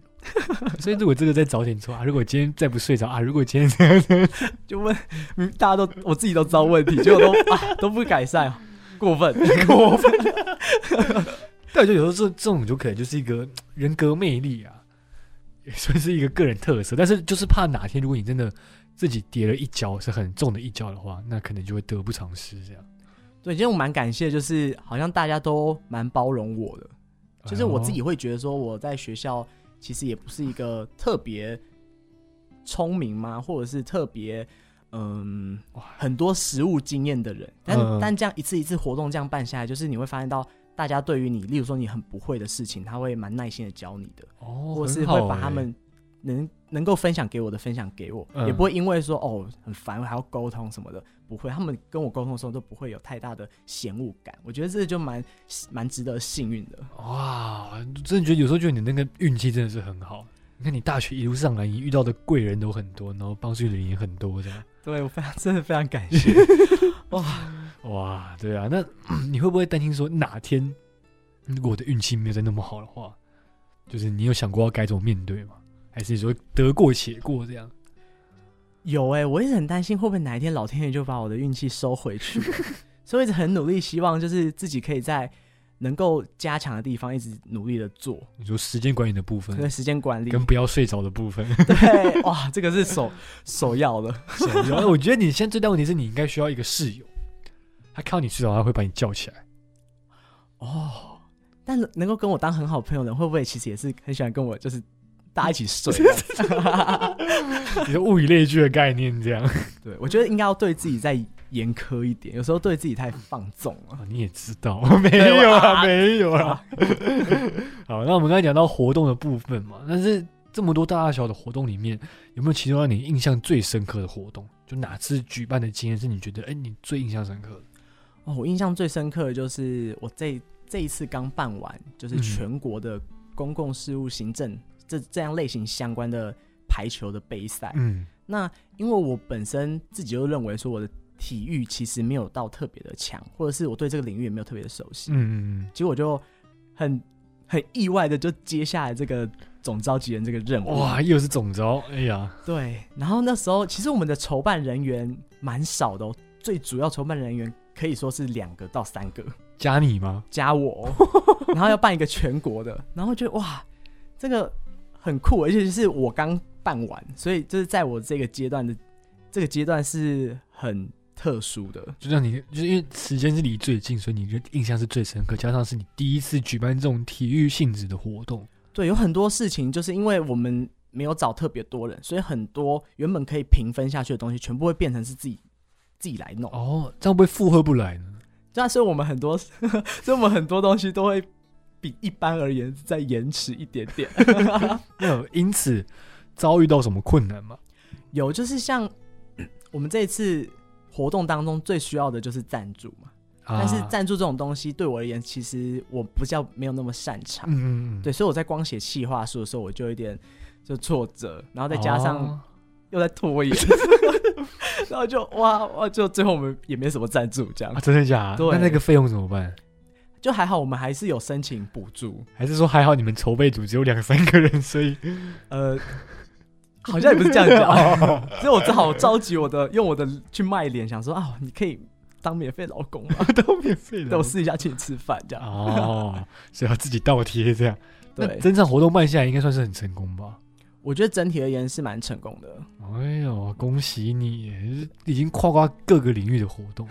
[SPEAKER 2] 容？ 所以如果这个再早点做啊，如果今天再不睡着啊，如果今天这样子，
[SPEAKER 1] 就问，明大家都我自己都知道问题，结果都啊都不改善，过分。
[SPEAKER 2] 过分。但我觉得有时候这这种就可能就是一个人格魅力啊， 也算是一个个人特色。但是就是怕哪天如果你真的自己跌了一跤，是很重的一跤的话，那可能就会得不偿失这样。
[SPEAKER 1] 对，其实我蛮感谢，就是好像大家都蛮包容我的，
[SPEAKER 2] 哎
[SPEAKER 1] 就是
[SPEAKER 2] 哦
[SPEAKER 1] 我自己会觉得说我在学校其实也不是一个特别聪明嘛，或者是特别嗯
[SPEAKER 2] 哇
[SPEAKER 1] 很多实务经验的人，但、
[SPEAKER 2] 嗯
[SPEAKER 1] 但这样一次一次活动这样办下来，就是你会发现到大家对于你，例如说你很不会的事情，他会蛮耐心的教你的，
[SPEAKER 2] 哦，
[SPEAKER 1] 或者是
[SPEAKER 2] 很好
[SPEAKER 1] 会把
[SPEAKER 2] 欸
[SPEAKER 1] 他们能能够分享给我的分享给我，
[SPEAKER 2] 嗯
[SPEAKER 1] 也不会因为说哦很烦还要沟通什么的，不会。他们跟我沟通的时候都不会有太大的嫌恶感，我觉得这就蛮蛮值得幸运的。
[SPEAKER 2] 欸哇，真的觉得有时候觉得你那个运气真的是很好。你看你大学一路上来，你遇到的贵人都很多，然后帮助你的人也很多，这样。
[SPEAKER 1] 对我非常真的非常感谢 哇！
[SPEAKER 2] 哇，对啊，那 你会不会担心说哪天如果我的运气没有再那么好的话，就是你有想过要该怎么面对吗？还是说得过且过这样？
[SPEAKER 1] 有哎、我一直很担心会不会哪一天老天爷就把我的运气收回去，所以我一直很努力，希望就是自己可以在能够加强的地方一直努力的做，
[SPEAKER 2] 你说时间管理的部分
[SPEAKER 1] 可能时间管理
[SPEAKER 2] 跟不要睡着的部分，
[SPEAKER 1] 对哇，这个是首首要的。
[SPEAKER 2] 手游
[SPEAKER 1] 啊
[SPEAKER 2] 那我觉得你现在最大问题是你应该需要一个室友，他看到你睡着，他会把你叫起来。
[SPEAKER 1] 哦，但能能够跟我当很好朋友的人，会不会其实也是很喜欢跟我就是大家一起睡 这样？
[SPEAKER 2] 你说物以类聚的概念这样。
[SPEAKER 1] 对，我觉得应该要对自己再严苛一点，有时候对自己太放纵了。
[SPEAKER 2] 啊，你也知道， 没有啊，没有啊。 好，那我们刚才讲到活动的部分嘛，但是这么多大大小小的活动里面，有没有其中让你印象最深刻的活动？就哪次举办的经验是你觉得，哎、你最印象深刻的？
[SPEAKER 1] 哦，我印象最深刻的就是我这这一次刚办完，就是
[SPEAKER 2] 嗯
[SPEAKER 1] 全国的公共事务行政、这这样类型相关的排球的杯赛。
[SPEAKER 2] 嗯
[SPEAKER 1] 那因为我本身自己就认为说我的体育其实没有到特别的强，或者是我对这个领域也没有特别的熟悉，
[SPEAKER 2] 嗯嗯
[SPEAKER 1] 结果我就很很意外的就接下来这个总召集人这个任
[SPEAKER 2] 嗯，
[SPEAKER 1] 务。
[SPEAKER 2] 哇，又是总招，哎呀，
[SPEAKER 1] 对，然后那时候其实我们的筹办人员蛮少的哦，最主要筹办人员可以说是两个到三个
[SPEAKER 2] 加你吗？
[SPEAKER 1] 加我哦，然后要办一个全国的，然后觉得哇，这个很酷，欸而且是我刚办完，所以就是在我这个阶段的这个阶段是很特殊的，
[SPEAKER 2] 就让你，就是因为时间是离最近，所以你就印象是最深刻，加上是你第一次举办这种体育性质的活动，
[SPEAKER 1] 对，有很多事情就是因为我们没有找特别多人，所以很多原本可以平分下去的东西，全部会变成是自己自己来弄。
[SPEAKER 2] 哦，这样会不会负荷不来呢？
[SPEAKER 1] 但是我们很多， 所以我们很多东西都会比一般而言再延迟一点 点。
[SPEAKER 2] 那有因此遭遇到什么困难吗？
[SPEAKER 1] 有就是像我们这一次活动当中最需要的就是赞助嘛，但是
[SPEAKER 2] 啊
[SPEAKER 1] 赞助这种东西对我而言，其实我比较没有那么擅长。
[SPEAKER 2] 嗯嗯嗯，
[SPEAKER 1] 对，所以我在光写企划书的时候，我就有一点就挫折，然后再加上
[SPEAKER 2] 哦
[SPEAKER 1] 又在拖 延，然后就哇哇，就最后我们也没什么赞助，这样
[SPEAKER 2] 啊，真的假的？
[SPEAKER 1] 对
[SPEAKER 2] 那那个费用怎么办？
[SPEAKER 1] 就还好，我们还是有申请补助，
[SPEAKER 2] 还是说还好你们筹备组只有两三个人， 所以
[SPEAKER 1] 呃，好像也不是这样 讲，啊所以我只好召集我的，用我的去卖脸，想说啊，你可以当免费老啊公嘛，
[SPEAKER 2] 都免费
[SPEAKER 1] 对
[SPEAKER 2] 的
[SPEAKER 1] 我试一下请你吃饭这样，
[SPEAKER 2] 哦，所以要自己倒贴这样。那
[SPEAKER 1] 对，
[SPEAKER 2] 整场活动办下来，应该算是很成功吧？
[SPEAKER 1] 我觉得整体而言是蛮成功的，
[SPEAKER 2] 哎呦，恭喜你耶！已经跨qua各个领域的活 动，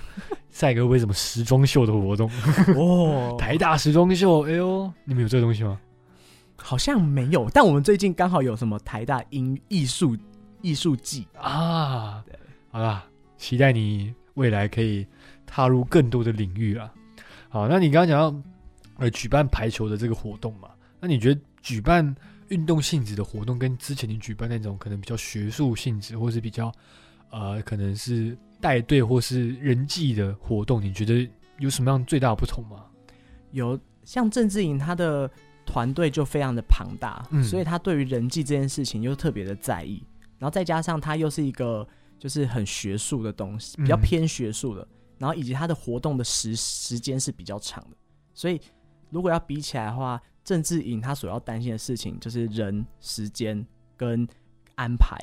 [SPEAKER 2] 再一个为什么时装秀的活动，
[SPEAKER 1] 哦
[SPEAKER 2] 台大时装秀，哎呦，你们有这个东西吗？
[SPEAKER 1] 好像没有，但我们最近刚好有什么台大音艺术艺术季，
[SPEAKER 2] 啊
[SPEAKER 1] 对，
[SPEAKER 2] 好啦，期待你未来可以踏入更多的领域啊。好，那你刚刚讲到呃举办排球的这个活动嘛，那你觉得举办运动性质的活动跟之前你举办那种可能比较学术性质，或是比较呃可能是带队或是人际的活动，你觉得有什么样最大的不同吗？
[SPEAKER 1] 有像郑志颖他的团队就非常的庞大，
[SPEAKER 2] 嗯
[SPEAKER 1] 所以他对于人际这件事情又特别的在意，然后再加上他又是一个就是很学术的东西，比较
[SPEAKER 2] 嗯
[SPEAKER 1] 偏学术的，然后以及他的活动的时时间是比较长的，所以如果要比起来的话，郑志颖他所要担心的事情就是人、时间跟安排，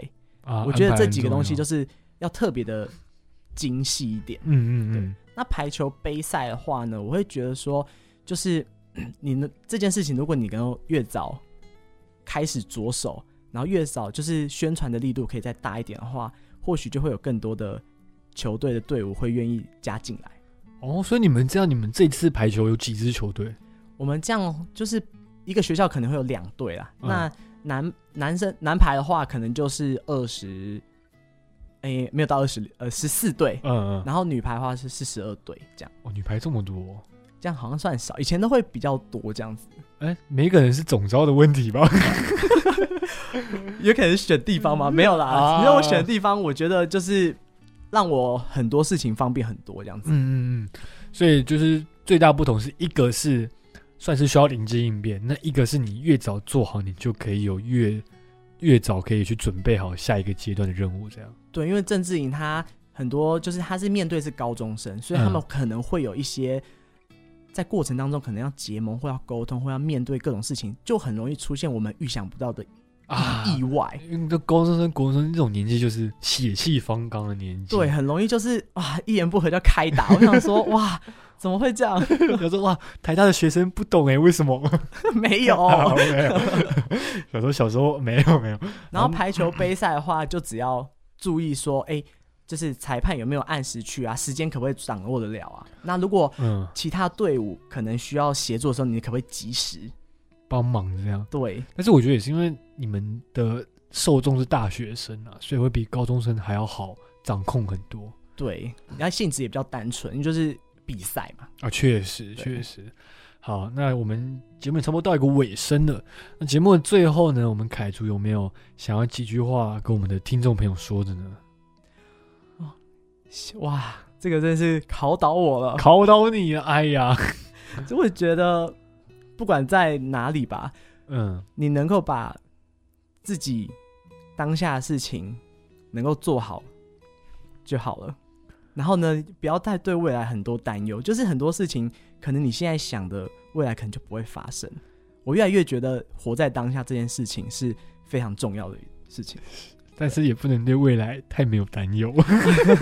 [SPEAKER 2] 啊，
[SPEAKER 1] 我觉得这几个东西就是是要特别的精细一点。
[SPEAKER 2] 嗯嗯嗯，
[SPEAKER 1] 那排球杯赛的话呢，我会觉得说，就是 你呢这件事情，如果你能够越早开始着手，然后越早就是宣传的力度可以再大一点的话，或许就会有更多的球队的队伍会愿意加进来。
[SPEAKER 2] 哦，所以你们这样，你们这次排球有几支球队？
[SPEAKER 1] 我们这样就是一个学校可能会有两队啦。
[SPEAKER 2] 嗯
[SPEAKER 1] 那男男生男排的话，可能就是二十，诶，没有到二十，呃，十四队。
[SPEAKER 2] 嗯嗯，
[SPEAKER 1] 然后女排的话是四十二队，这样
[SPEAKER 2] 哦，女排这么多哦、
[SPEAKER 1] 这样好像算少，以前都会比较多这样子。
[SPEAKER 2] 哎，每个人是总招的问题吧？
[SPEAKER 1] 有可能是选地方吗？没有啦，
[SPEAKER 2] 啊
[SPEAKER 1] 你让我选地方，我觉得就是让我很多事情方便很多这样 子。
[SPEAKER 2] 嗯嗯嗯，所以就是最大不同是一个是算是需要临机应变，那一个是你越早做好，你就可以有越越早可以去准备好下一个阶段的任务，这样。
[SPEAKER 1] 对，因为郑志颖他很多就是他是面对是高中生，所以他们
[SPEAKER 2] 嗯
[SPEAKER 1] 可能会有一些在过程当中可能要结盟或要沟通或要面对各种事情，就很容易出现我们预想不到的
[SPEAKER 2] 啊
[SPEAKER 1] 意外。
[SPEAKER 2] 因为这高中生、国中生这种年纪就是血气方刚的年纪，
[SPEAKER 1] 对，， 很容易就是哇，一言不合就开打。我想说，哇，怎么会这样？
[SPEAKER 2] 他说哇，台大的学生不懂哎，为什么？
[SPEAKER 1] 没 有，
[SPEAKER 2] 好哦没有，小时候小时候没有没有，
[SPEAKER 1] 然后排球杯赛的话，就只要注意说，哎、就是裁判有没有按时去啊，时间可不可以掌握得了啊？那如果
[SPEAKER 2] 嗯，
[SPEAKER 1] 其他队伍可能需要协助的时候，你可不可以及时？
[SPEAKER 2] 帮忙这样。
[SPEAKER 1] 对，
[SPEAKER 2] 但是我觉得也是因为你们的受众是大学生啊，所以会比高中生还要好掌控很多。
[SPEAKER 1] 对，然后性质也比较单纯，因为就是比赛嘛。
[SPEAKER 2] 啊，确实
[SPEAKER 1] 对
[SPEAKER 2] 确实。好，那我们节目也差不多到一个尾声了。那节目的最后呢，我们凯竹有没有想要几句话跟我们的听众朋友说的呢？
[SPEAKER 1] 哇，这个真是考倒 我了。
[SPEAKER 2] 考到你了，哎呀，
[SPEAKER 1] 就会觉得，不管在哪里吧，
[SPEAKER 2] 嗯，
[SPEAKER 1] 你能够把自己当下的事情能够做好就好了。然后呢，不要再对未来很多担忧，就是很多事情可能你现在想的，未来可能就不会发生。我越来越觉得活在当下这件事情是非常重要的事情。
[SPEAKER 2] 但是也不能对未来太没有担忧。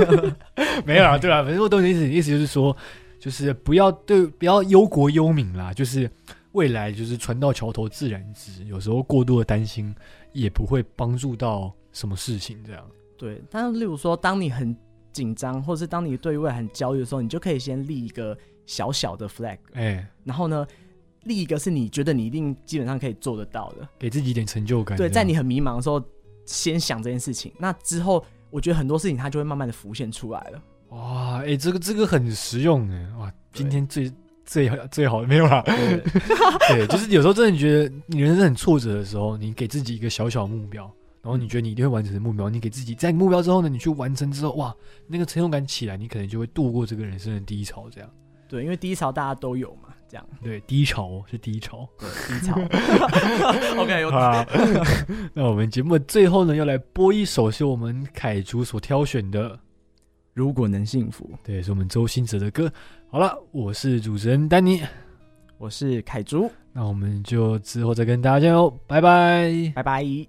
[SPEAKER 2] 没有啊，对啊，反正我懂你的意思，意思就是说，就是不要对不要忧国忧民啦，就是未来就是船到桥头自然直，有时候过度的担心也不会帮助到什么事情，这样。
[SPEAKER 1] 对，但是例如说，当你很紧张，或是当你对未来很焦虑的时候，你就可以先立一个小小的 flag，
[SPEAKER 2] 哎、
[SPEAKER 1] 然后呢，另一个是你觉得你一定基本上可以做得到的。
[SPEAKER 2] 给自己一点成就感。
[SPEAKER 1] 对，
[SPEAKER 2] 这样
[SPEAKER 1] 在你很迷茫的时候，先想这件事情，那之后我觉得很多事情它就会慢慢的浮现出来了。
[SPEAKER 2] 哇，哎、这个这个很实用哎，哇，
[SPEAKER 1] 对。
[SPEAKER 2] 今天最最好最好没有啦
[SPEAKER 1] 对
[SPEAKER 2] 对， 就是有时候真的觉得你人生很挫折的时候，你给自己一个小小目标，然后你觉得你一定会完成的目标，你给自己在目标之后呢，你去完成之后，哇，那个成就感起来，你可能就会度过这个人生的低潮，这样。
[SPEAKER 1] 对，因为低潮大家都有嘛，这样
[SPEAKER 2] 对，低潮哦是低潮。
[SPEAKER 1] 对低潮。OK，有
[SPEAKER 2] 好啦， 那我们节目的最后呢，要来播一首是我们凯竹所挑选的。
[SPEAKER 1] 如果能幸福，
[SPEAKER 2] 对，是我们周星哲的歌。好了，我是主持人丹尼，
[SPEAKER 1] 我是凯珠，
[SPEAKER 2] 哦那我们就之后再跟大家见喽，拜拜。
[SPEAKER 1] 拜拜。